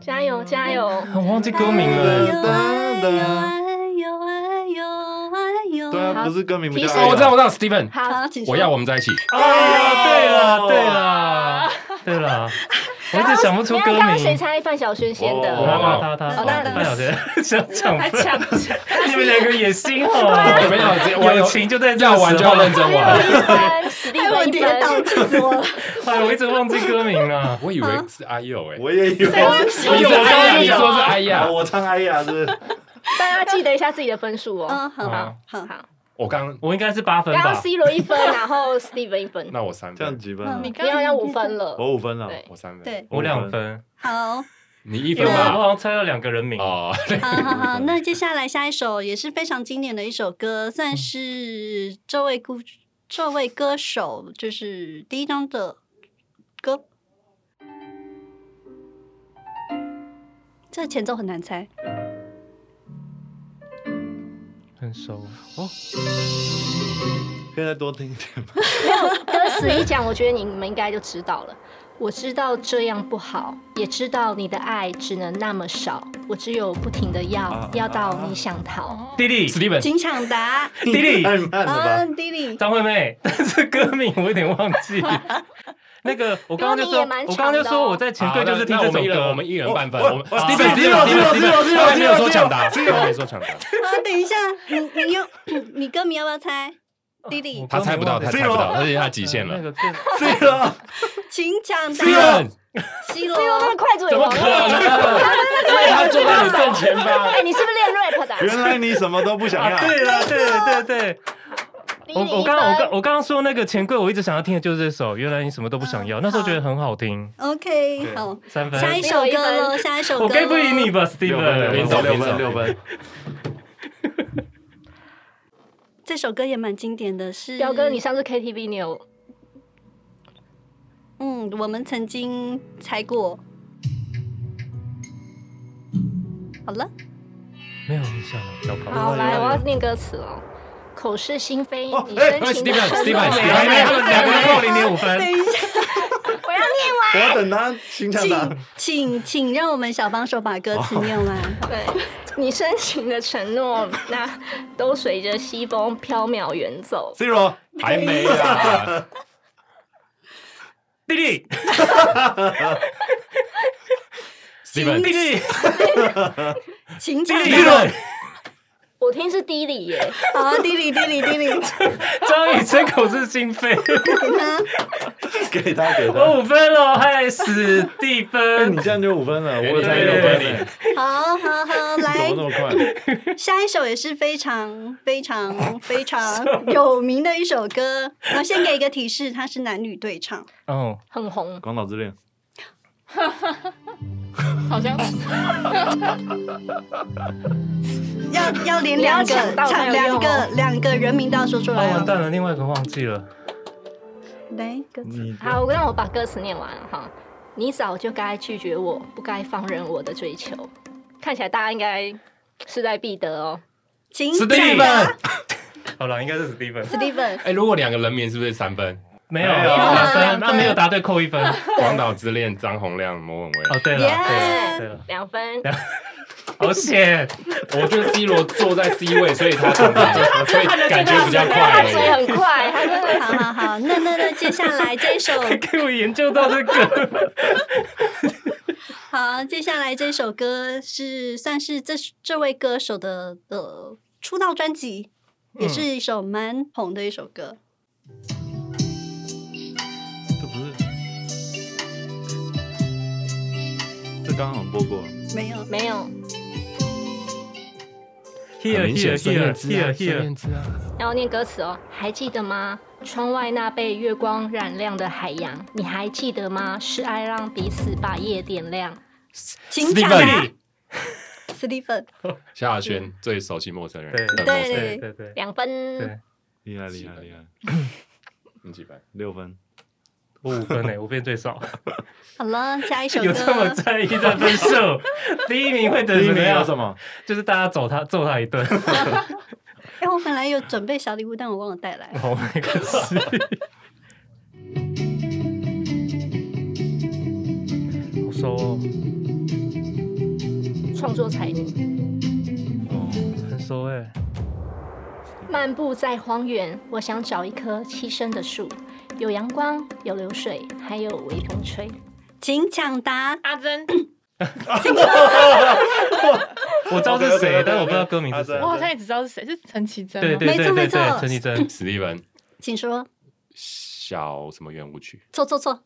加油加油！
我忘记歌名了。
呦哎呦哎呦
对啊，不是歌名不叫
提示
哎呀，
哦，我知道我知道 Steven，
好
好，，请说。
我要我们在一起，
啊，对了，对了，对了，哎我一直想不出
你看
歌
刚刚谁
名。
猜范晓萱先的？
他
哦
他他他，半小时想抢
还
分，
抢抢
你们两个也心哦。
没有这我
友
有
情就在这
要玩就要认
真。
真
一
玩。
分，史蒂
哎，我
芬一
跌倒，
分，
气死我了！
哎，我一直忘记歌名了。
我以为是哎呦哎，
我也以为是，
你
以
说
为
是哎呀，
是
你说是哎呀
哦，我唱哎呀，是不是
大家记得一下自己的分数哦。
嗯，好
好
好，
好，
我刚
我应该是八分
刚刚
吧。
C 罗一分，然后史蒂芬一分，
[LAUGHS] 那我三
这样
分，
几分
嗯
啊？
你
你
刚
要
刚
要五分了。
我五分啊了，
对
我三分，
对，
我两分，
好，
你一
因
分
为我
吧。
好像猜到两个人名。
哦，
好好好。那接下来下一首也是非常经典的一首歌，
嗯
算是这位歌这位歌手就是第一张的歌。这前奏很难
[LAUGHS]
猜，
很熟。
可以再多听一点吗？
[LAUGHS] 歌词一讲，我觉得你们应该就知道了。我知道这样不好，也知道你的爱只能那么少，我只有不停的要
啊，
要到你想逃。
哦
弟
[LAUGHS]
弟，
Steven，
请抢答。
弟
[LAUGHS]
弟，
太慢了吧？
嗯，弟
[LAUGHS]
弟，
张惠妹，但是歌名我有点忘记。那个，我刚刚就
歌名
说，
也蛮
我
长的
刚刚
哦
就说我在前
好
队就是听
那那
这
我们
首
一人
歌。
我们一人半分。
我
我们
我
Steven Steven
Steven，Steven，
Steven，
Steven，
他还没有说
Steven，
抢答，他还没说抢答，
啊，等一下，你你用你歌名要不要猜？弟弟
我，
他猜不到，他猜不到，
Steven
而且他极限
那
了。
个更
对了，
请抢答。
Steven，
C
所以我那
罗
个快嘴王
怎么可能
[LAUGHS]
他坐在你正前
[LAUGHS]
方。
哎，你是不是练 rap 的啊？
原来你什么都不想
啊，
要，
对
[LAUGHS]
了，对对对，
你
我
你
我
一
刚刚我刚
分，
我刚刚说那个钱柜，我一直想要听的就是这首。原来你什么都不想要，那时候觉得很好听。
，OK，好，
三分，
下一首歌喽，下一首歌。
我该不赢你？吧
六分，
，Steven？
六
走
分，六
边
分，六分，
这首歌也蛮经典的，是
表哥，你上次 KTV 你有
嗯，我们曾经猜过。好了，
没有印象了，小宝。
好，来，我要念歌词哦。口是心非，
哦
[LAUGHS] 你
哎
深情的
Steven，
承
Steven，
诺
Steven，
我
他们两个扣零点
等
五
[LAUGHS]
分。
一下，
我要念
我要等他新唱的
请。请请让我们小帮手把歌词念完。
完。对，你深情的承诺，那都随着西风飘渺远走。
C 罗，
还没啊，
弟弟，
Steven
弟弟，
请抢
弟弟
答。
我听是低里耶，
好啊，滴哩滴哩滴 [LAUGHS] 哩，
[LAUGHS] 张宇吹口是心 [LAUGHS] 非，
给他
给他给他。
我五分哦了，害死地
哎，
分
你。这样就五分了，我
给
有
你
才
给
六
你
分
给你
呢，
好好好，来
怎么那么快？
下一首也是非常非常非常有名的一首歌。我先给一个提示，它是男女对唱。
哦，
很红。
广岛之恋，
好像
要要连两
你要
个
抢到才有
两
用
个
哦
两个人名都要说出
啊，
来
完
哦。
蛋了，另外一个忘记了。
来，歌词
你
好，我让我把歌词念完哈。你早就该拒绝我，不该放任我的追求。看起来大家应该势在必得哦。
请
，Steven
抢答。
[LAUGHS] 好了，应该是史蒂芬。
Steven，
哎，如果两个人名是不是三分？
没有，
没有
两
两分
分，那没有啊答对扣一分。 [LAUGHS] 哦，
广岛之恋，张洪亮、莫文蔚。
对了，啊对了，
Yeah
对了，Oh
两分，
好险！
我觉得 C 罗坐在 C 位，所以他可能
[LAUGHS]
就所以感觉比较
他嘴
快。
很快，他真的
好好好，那那那接下来这
[LAUGHS]
首
给 [LAUGHS] 我研究到这 [LAUGHS] 个，
好，接下来这首歌是算是这这位歌手的的出道专辑，
嗯
也是一首蛮红的一首歌。
这不是，这刚刚好像播过了，
没有，
没有。
很
here
明显
here
孙
here
燕姿啊
here
孙
here，
燕姿啊。
然后念歌词哦，还记得吗？窗外那被月光染亮的海洋，你还记得吗？是爱让彼此把夜点亮。
请抢答。Steven，
萧亚
嗯
轩最熟悉陌生人，
对
很陌
对
生
对嗯对对
两分
对，，
厉害厉害厉害，
你几分？
六分，
我五分呢，五分最少，
好了，下一首歌。
有这么在意在分 [LAUGHS] 数？第一名会等
第一
怎么
名有
样？
什么？
就是大家揍他揍他一顿。
哎、我本来有准备小礼物，但我忘了带来。
哦，那个是。好熟哦，
创作才女，
很熟哎。
漫步在荒原，我想找一棵栖身的树，有阳光，有流水，还有微风吹。
请抢答，
阿珍，
我知道是谁，但我不知道歌名是谁
我。好像也只知道是谁，是陈绮贞吗。
对对
没
对
错没
对
错
对，陈绮贞。
史蒂文
请说。
小什么圆舞曲？
错错错，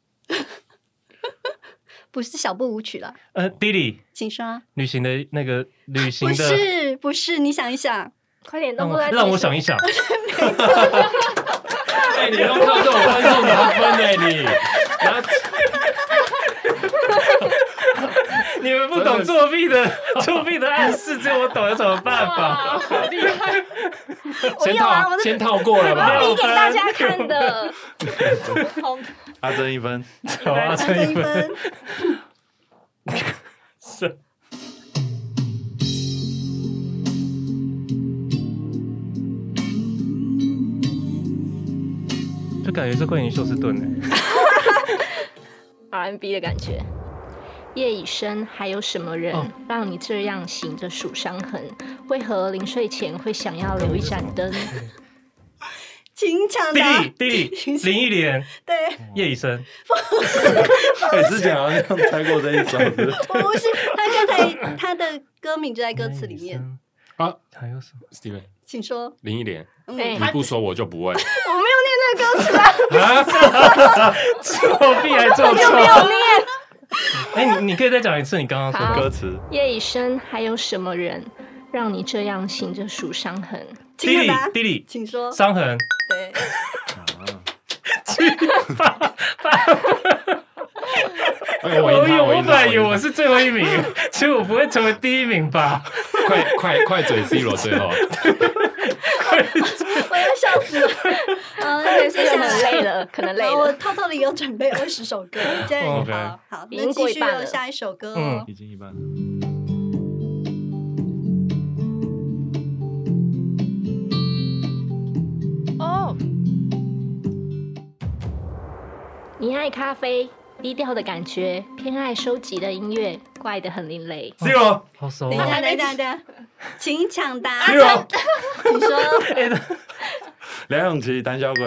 [LAUGHS] 不是小步舞曲了，
呃，弟弟，
请说。
旅行的那个旅行
不
的，
是不是，你想一想，
快点，都
让
不
我
在
让我想一
一，
想。 [LAUGHS]
哎，你都靠这种分数拿分哎，
欸
[LAUGHS]
你拿
你们不懂作弊的作弊的暗示，只有我懂，有什么办法？
哇，哦好厉
[LAUGHS]
害！
我
先
要啊，
套
我的
先套过了
我要
吧？
比给大家看的。好，
阿珍一分，
好啊，
再
吹
一
一分。
分。
是就感觉是惠宁休斯顿哎、
[LAUGHS] R&B 的感觉。夜已深，还有什么人、
哦
让你这样醒着数伤痕？为何临睡前会想要留一盏
[LAUGHS]
灯？
请抢答
欸，，弟弟
[LAUGHS]
弟弟，林忆莲、
对，
叶以生，
哎，之前好像猜过这一首，是不是
我不是他刚才他的歌名就在歌词里
[LAUGHS]
面，
啊，
还有什么？
史蒂文
请说。
林忆莲，
嗯，
哎
你不说我就不问。
我没有念那个歌词啊，
啊作弊还作错？哎、你你可以再讲一次你刚刚说
好
的
歌词？
夜已深，还有什么人让你这样醒着数伤
[LAUGHS]
痕？
请抢
弟
答，
弟弟弟
请说。
伤痕，
对，
哎，我
我
赢
以
他，
哦我
赢
本
他，
来以
赢
为我是最后一名，其实我不会成为第一名吧？
他快快快嘴 C 罗最后，
我要笑死了。嗯，接
这
下
个很累
来。
了，可能累
然后我
了。
偷偷的有准备二十首歌，这样
OK
好好，
已
那
经
继
过一
续
半
有
了
下一首歌
嗯
哦。
已经一半了。
哦，
你爱咖啡，低调的感觉，偏爱收集的音乐，怪得很另类。
C 罗，好熟
等一
啊！
下，等一下，等一下，请抢答。
C
哦
罗，
请说。
梁咏琪《胆小鬼》，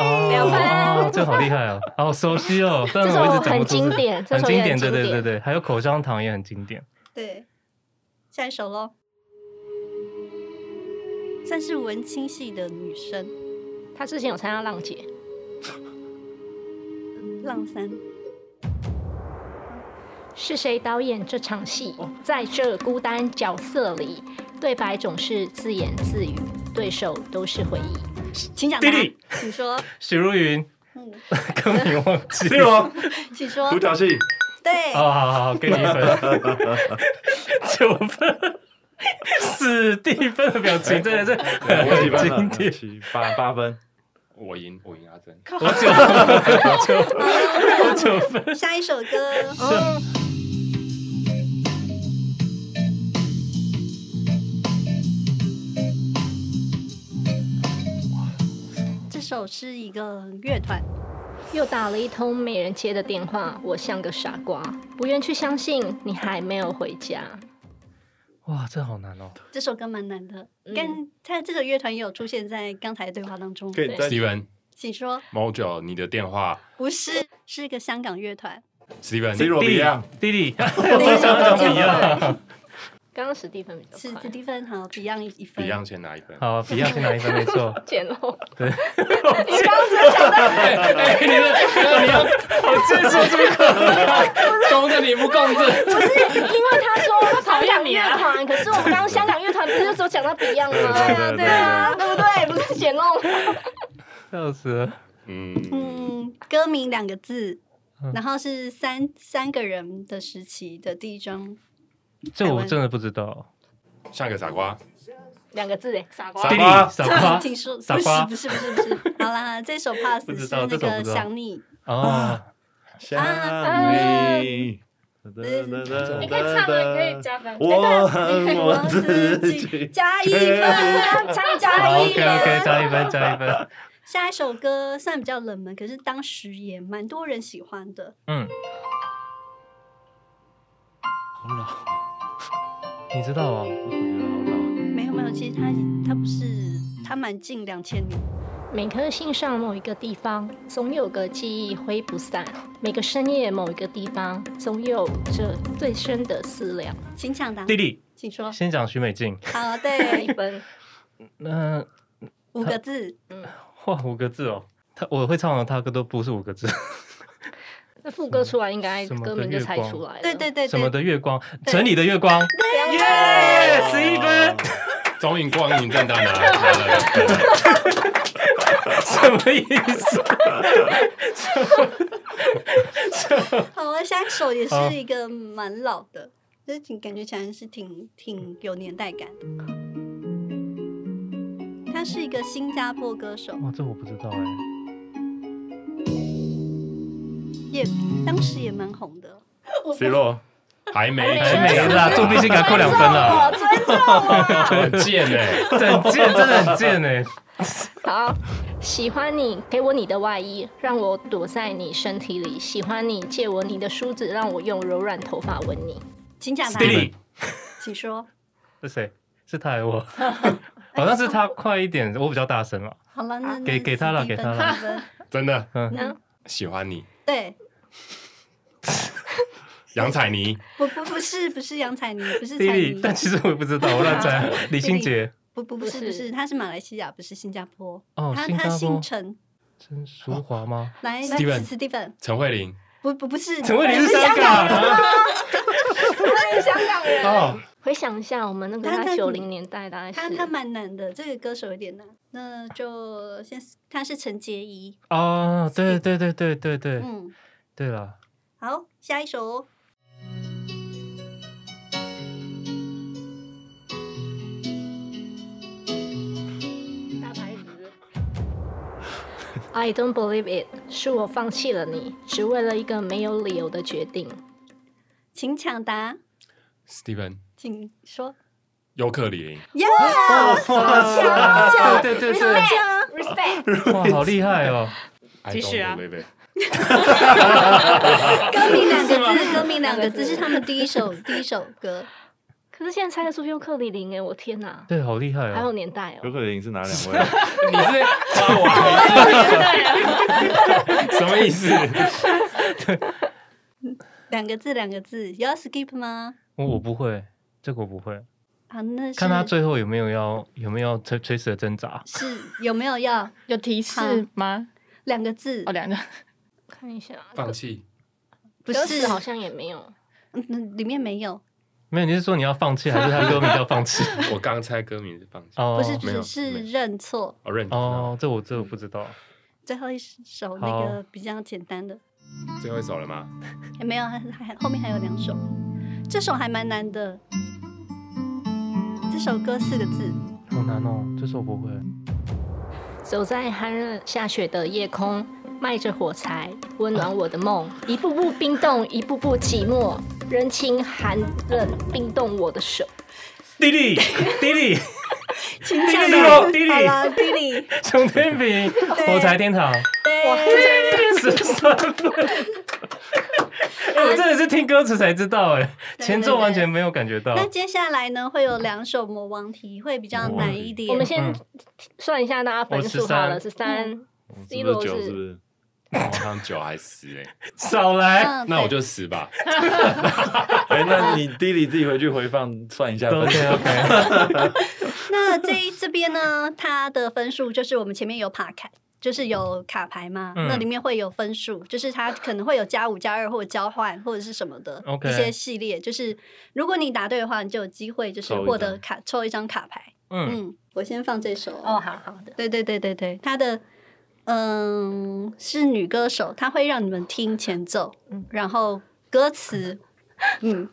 哦
两分
哦这好厉害哦，好熟悉
[LAUGHS]
哦，但
这
是我一
首
直讲
很
不出
经
是
典，这
很
首
经
也
典，对
很经
对对
典。
对，还有口香糖也很经典。
对，下一首喽。算是文青系的女生，
他之前有参加浪姐，
嗯浪三。
是谁导演这场戏？在这孤单角色里，对白总是自言自语，对手都是回忆。
请讲答案
弟弟，
请说，
许茹芸， [LAUGHS]
嗯，
刚你忘
[LAUGHS]
记
是吗？
请
[LAUGHS]
说
独，角戏，
对，
哦，好好好，给你
[LAUGHS]
一分，九分， [LAUGHS] 史蒂芬的表情真的
[LAUGHS]
是
啊
我几分
很经
了？
典。
七八八分，
我赢，我赢阿珍。
我九分， [LAUGHS] 九
好
九
[LAUGHS]
分。
下一首歌，哦这首是一个乐团，
又打了一通没人接的电话，我像个傻瓜，不愿去相信你还没有回家。
哇，这好难哦。
这首歌蛮难的，
嗯
跟它这个乐团也有出现在刚才的对话当中。
可以再
Steven
请说，
Mojo，你的电话
不是，是一个香港乐团，
，Steven
跟我不一样，
弟弟，
对
长不一样。
刚刚史蒂芬比较
是
快
史，蒂芬好 Beyond 一分。
Beyond 先拿一分。
好，Beyond 先拿一分，没错。
简陋。
哎，你的你要，我这说怎么可能？公正你不公正，
不是因为他说他讨厌乐团，可是我们刚刚香港乐团不是只有讲到 Beyond 吗？
对
对啊，
对不对？不是简陋。
笑死了。
嗯，
嗯，歌名两个字
嗯，
然后是三三个人的时期的第一张。
这我真的不知道。
像个傻瓜，
两个字哎，傻瓜
傻
弟弟
瓜，
傻瓜。
[LAUGHS] 请说，不
傻瓜
是不是不是不是，好啦，这首 pass
[LAUGHS] 不知
是
道
那
这首不
个
知道
想你，
哦，
想你。你
你可以唱了，你可以。加分。
我恨我
我
自
自己
己。
加一分，加
好
加一
，OK OK，
分。
加一分，加一分。
下一首歌算比较冷门，可是当时也蛮多人喜欢的。
嗯，
好老，
你知道哦。
我怎么觉得好老？
没有没有，其实它它不是，它蛮近两千年。
每颗心上某一个地方，总有个记忆挥不散；每个深夜某一个地方，总有着最深的思量。
请抢答，
弟弟，
请说。
先讲徐美静。
好，
一
[LAUGHS]
对，
分，
那
五个字，
哇，五个字哦。他我会唱的，他歌都不是五个字。
那副歌出来应该
什么
歌名就猜出来了。
对对对
什么
对，
的月光，整理的月光。耶，十一分。
中影光影正大拿拿了一分。
什么意思？
好啊，下一首也是一个蛮老的，就是挺感觉起来是挺挺有年代感的。他是一个新加坡歌手，
哇，这我不知道哎。
也当时也蛮红的。
C 罗，
还没，
还没啦，作弊先给他扣两分啦。
很贱
[LAUGHS]
哎！
很贱，真的很贱哎。
好，喜欢你，给我你的外衣，让我躲在你身体里；喜欢你，借我你的梳子，让我用柔软头发吻你。
请讲答
Steely
案，请说。
是谁？是他还
[LAUGHS]
是我？好像是他快一点，我比较大声了。
好了，那那
给给他了
史蒂芬
给他了
得分。
真的
嗯，
喜欢你，
对，
杨采妮，
[LAUGHS] 不不不是不是杨采妮，不是
弟
采
弟
妮，，
但其实我也不知道，我乱
[LAUGHS]
猜。李心洁，
不不不是
不
不
是
是，他是马来西亚，不是新加坡。
哦
他
新
他
加坡
姓陈，
曾淑华吗？
来来
Steven
，Steven，
陈慧琳，
不不不是，
陈慧琳是香港啊 [LAUGHS] 人。
哦，
回想一下，我们那个
他
在
他
九零年代，大概
[LAUGHS] 他
是
他蛮难的，这个歌手有点难。那就先，他是陈洁仪。
哦，对对对对对对
嗯，
对了，
好，下一首哦。
大牌子。I don't believe it，是我放弃了你，只为了一个没有理由的决定。
请抢答，
Steven
请
[LAUGHS]
说。
尤克里 [LAUGHS] 里，
对对对对，
Respect，
哇，好厉害哦！
I
继续啊
don't believe [LAUGHS] it
歌名两个字，歌名两个字是他们第一首第一首歌。
可是现在猜得出尤克里里哎，我天哪，
对，好厉害
还有
哦！
年代
尤
哦。
克里里是哪两位？
你是夸哦我还 [LAUGHS] 是什么意思？
两个字，两个字，有要 skip 吗？
哦我我不会，这个我不会。
啊，那是
看他最后有没有要有没有要垂垂死的挣扎。
是有没有要
有提示吗？
两个字
哦，？两个
看一下，
放弃，
不
歌词
是，
好像也没有。
嗯嗯里面没有，
没有，你是说你要放弃，还是他歌名叫
[LAUGHS]
放弃？
我刚猜歌名是放弃，
哦，
不是，
没有
只
没
是
有
认错。
哦，认
哦，这我这我不知道。
最后一首那个比较简单的，
最后一首了吗？
也没有，还还后面还有两首，这首还蛮难的。这首歌四个字，
好难哦，这首我不会。
走在寒冷下雪的夜空，卖着火柴温暖我的梦，一步步冰冻，一步步寂寞，人情寒冷冰冻我的手。
弟弟，弟弟，
请
弟
讲
弟哦弟弟
好
[LAUGHS]
了，弟弟，
熊天平，火柴天堂，
对，
十三分。哎，我真的是听歌词才知道，哎，
对
前奏
对对
完全没有感觉到。
那接下来呢，会有两首魔王题，会比较难一点。
我们先
嗯
算一下大家分数好
我
了，十三
是
，C
不
罗
是九？是不
是
是？
我好像九还十哎，
少来，
嗯，
那我
对
就十吧。
哎，那你弟弟自己回去回放算一
嗯
下分数。
OK OK，
[LAUGHS] 那这一这边呢，它的分数就是我们前面有爬卡，就是有卡牌嘛，
嗯
那里面会有分数，就是它可能会有加五、加二或者交换或者是什么的
OK
一些系列。就是如果你答对的话，你就有机会就是
抽一
获得
张
卡抽一张卡牌。
嗯，
嗯，我先放这首
哦，好好的。
对对对对对，她的嗯是女歌手，她会让你们听前奏，然后歌词，嗯，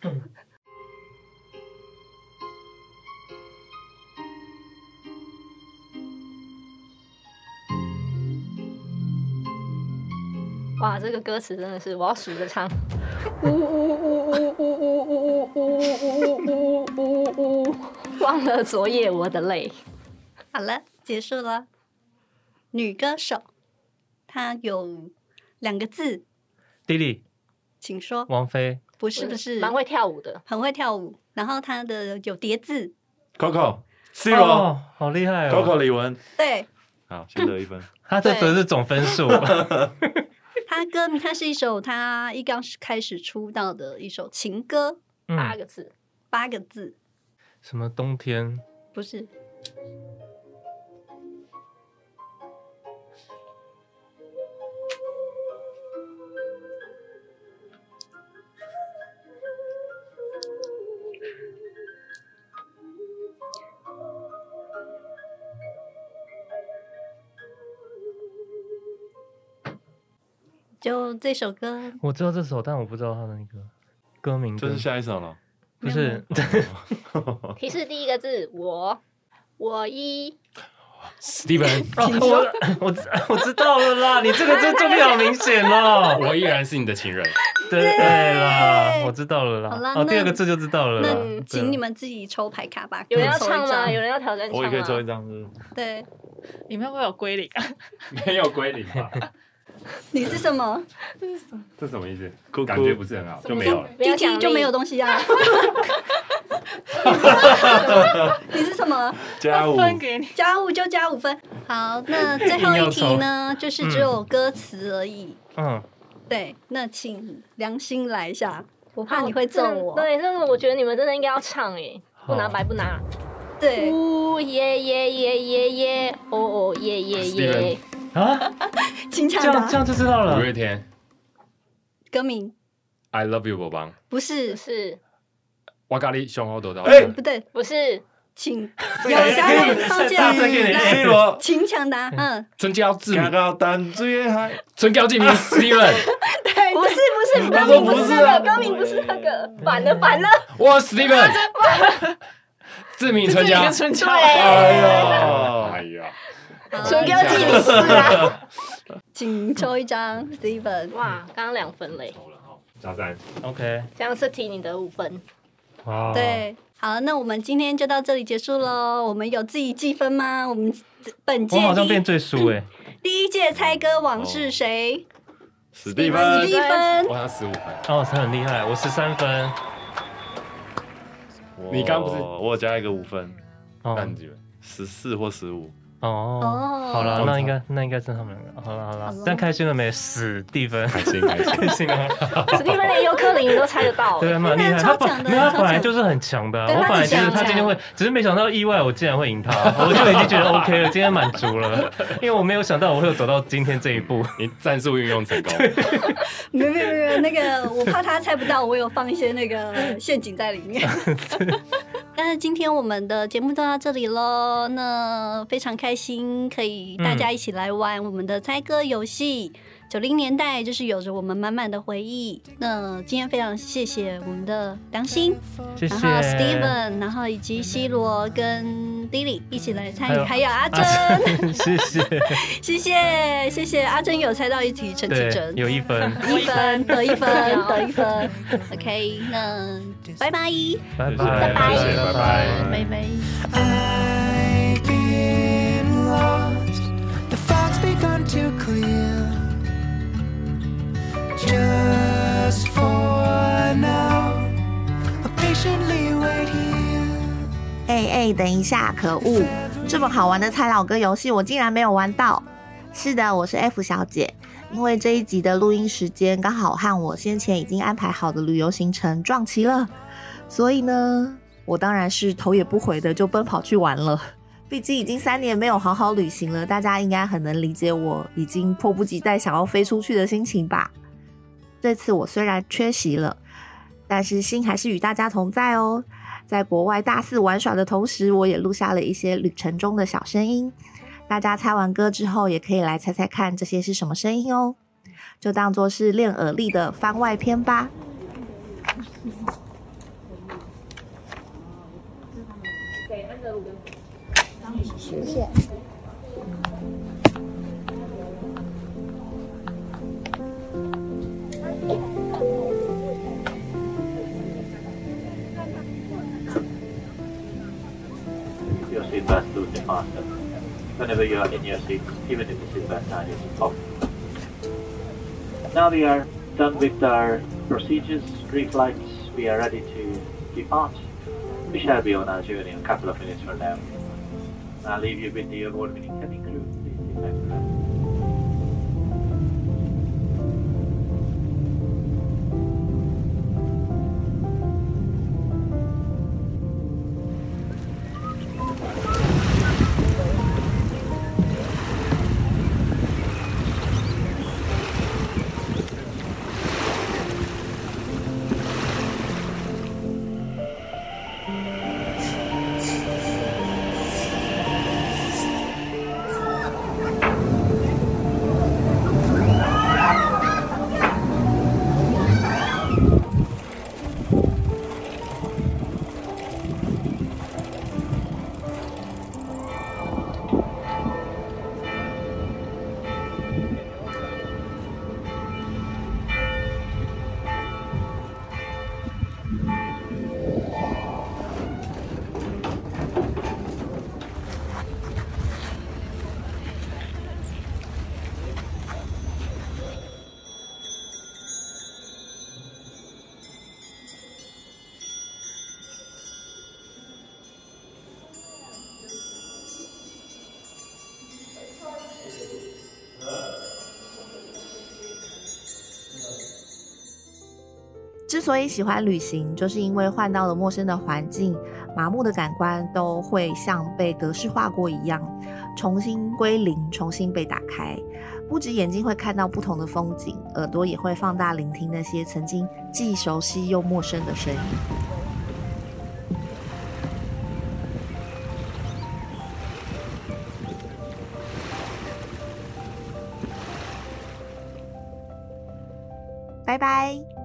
哇，这个歌词真的是我要数着唱。忘了昨夜我的泪。
好了，结束了。女歌手，她有两个字，
弟弟，
请说。
王菲，
不是不是，
蛮会跳舞的。
很会跳舞。然后她的有叠字，
Coco C 罗
哦，好厉害哦
Coco 李玟，
对，
好，先得一分。
他这得是总分数，
她歌名，它是一首她一刚开始出道的一首情歌，
八
嗯，
个字，
八个字，
什么冬天，
不是就这首歌，
我知道这首，但我不知道他的那个歌名
这
跟，
是下一首了。
不是
提示第一个字，我，我一，
Steven， [LAUGHS]
哦我我知我知道
[LAUGHS]
了啦，你这个这作弊好明显哦。
我依然是你的情人。
对啦，我知道了
好啦
啦。哦，
那
第二个字就知道了啦。对
那
啊
请你们自己抽牌卡吧。
有人要
各抽一
唱吗？
张
有人要挑战唱吗？
我也可以抽一张，是
对，
你们会不会有归零啊？
没有归零吧？
你是什么？
这什么意思？
不是
感觉不是很好，就没有了。
没
第
有
一题
奖
就
励
没有东西
[LAUGHS]
啊。你是什么？
加
哦
五
分给你，
加五就加五分。好，那最后一题呢，就是只有歌词而已。
嗯，
对，那请良心来一下，我
啊
怕你会揍我。
对，这个我觉得你们真的应该要唱哎，不拿
好
白不拿。
对
呜耶耶耶耶耶，哦哦耶耶耶
Steven，
啊，
请抢
这样这
答
样就知道
五
了。
月天
歌名
，I love you，宝宝。
不
不
是
是
我咖喱胸后得到。
哎
不对，
不是
请有答案放
大声给
弃
你
来，
C 罗，
请抢答。嗯，
唇膏志
加
明，
高单最嗨。
唇膏志明 Steven，
对，
不是不是，
他
歌
说
名不
不
是
是
那
啊
个，歌名不是那个，反了反了，
我 Steven，志明唇膏
个。春秋，
对，
哎
哎呦，
呀，
好
唇膏记你是啊。
请抽一张 Steven。
哇，刚刚两分嘞，
好了好，加三。
OK，
这样是提你的五分。
哇，，
对，好，那我们今天就到这里结束喽。我们有自己计分吗？我们本
我
届
好像
第
变
一
最输哎。
第一届猜歌王是谁？
史蒂
史
芬
蒂，芬。
我要十五分。
哦，他很厉害，我十三分。
你刚不是
我有加一个五分，
哦
[LAUGHS] 那，你觉得？
十四或十五，
哦。
哦，
好了，
通
那
常
应该那应该是他们两个。好了好
好
了
咯，
但开心了没？死地分，
[LAUGHS]
开心开心。
开心啊！
史蒂芬连尤克里你都猜得
[LAUGHS]
到，
对啊，蛮厉害。他
超
本
强的
没有，他
超
本来
强
就是很强的啊。
对
我
他
本来
很
就
强
是他今天会，只是没想到意外，我竟然会赢他，我就已经觉得 OK 了，今天满足
[LAUGHS]
了，因为我没有想到我会有走到今天这一步。
你战术运用成功，
没有没有没有，那个我怕他猜不到，我有放一些那个陷阱在里
[LAUGHS]
面。但是今天我们的节目就到这里喽，那非常开心可以大家一起来玩我们的猜歌游戏。九零年代就是有着我们满满的回忆。那今天非常谢谢我们的良心，
谢谢
然后 Steven，然后以及 C 罗跟 Dilly 一起来参
还
与，
有
还有阿珍，
阿珍， [LAUGHS] 谢谢，
[LAUGHS] 谢谢谢谢阿珍有猜到一题陈绮贞
对，。有一分，
一分得一分得一分，OK，那拜拜。
拜拜，
拜
拜
谢谢拜拜。
拜拜。
I've been lost. The fog's begun to clear. Just for now, I'll patiently wait here.
哎哎，等一下，可恶！这么好玩的猜老歌游戏，我竟然没有玩到。是的，我是 F 小姐。因为这一集的录音时间刚好和我先前已经安排好的旅游行程撞齐了，所以呢，我当然是头也不回的就奔跑去玩了。毕竟已经三年没有好好旅行了，大家应该很能理解我已经迫不及待想要飞出去的心情吧。这次我虽然缺席了，但是心还是与大家同在哦。在国外大肆玩耍的同时，我也录下了一些旅程中的小声音。大家猜完歌之后，也可以来猜猜看这些是什么声音哦，就当做是练耳力的番外篇吧。
your seatbelt to the faster. Whenever you are in your seat, even if the seatbelt sign is off. Now we are done with our procedures, pre-flights. We are ready to depart. We shall be on our journey in a couple of minutes from now. I'll leave you with the award-winning cabin crew. Please sit back relax.
之所以喜欢旅行，就是因为换到了陌生的环境，麻木的感官都会像被格式化过一样，重新归零，重新被打开。不止眼睛会看到不同的风景，耳朵也会放大聆听那些曾经既熟悉又陌生的声音。拜拜。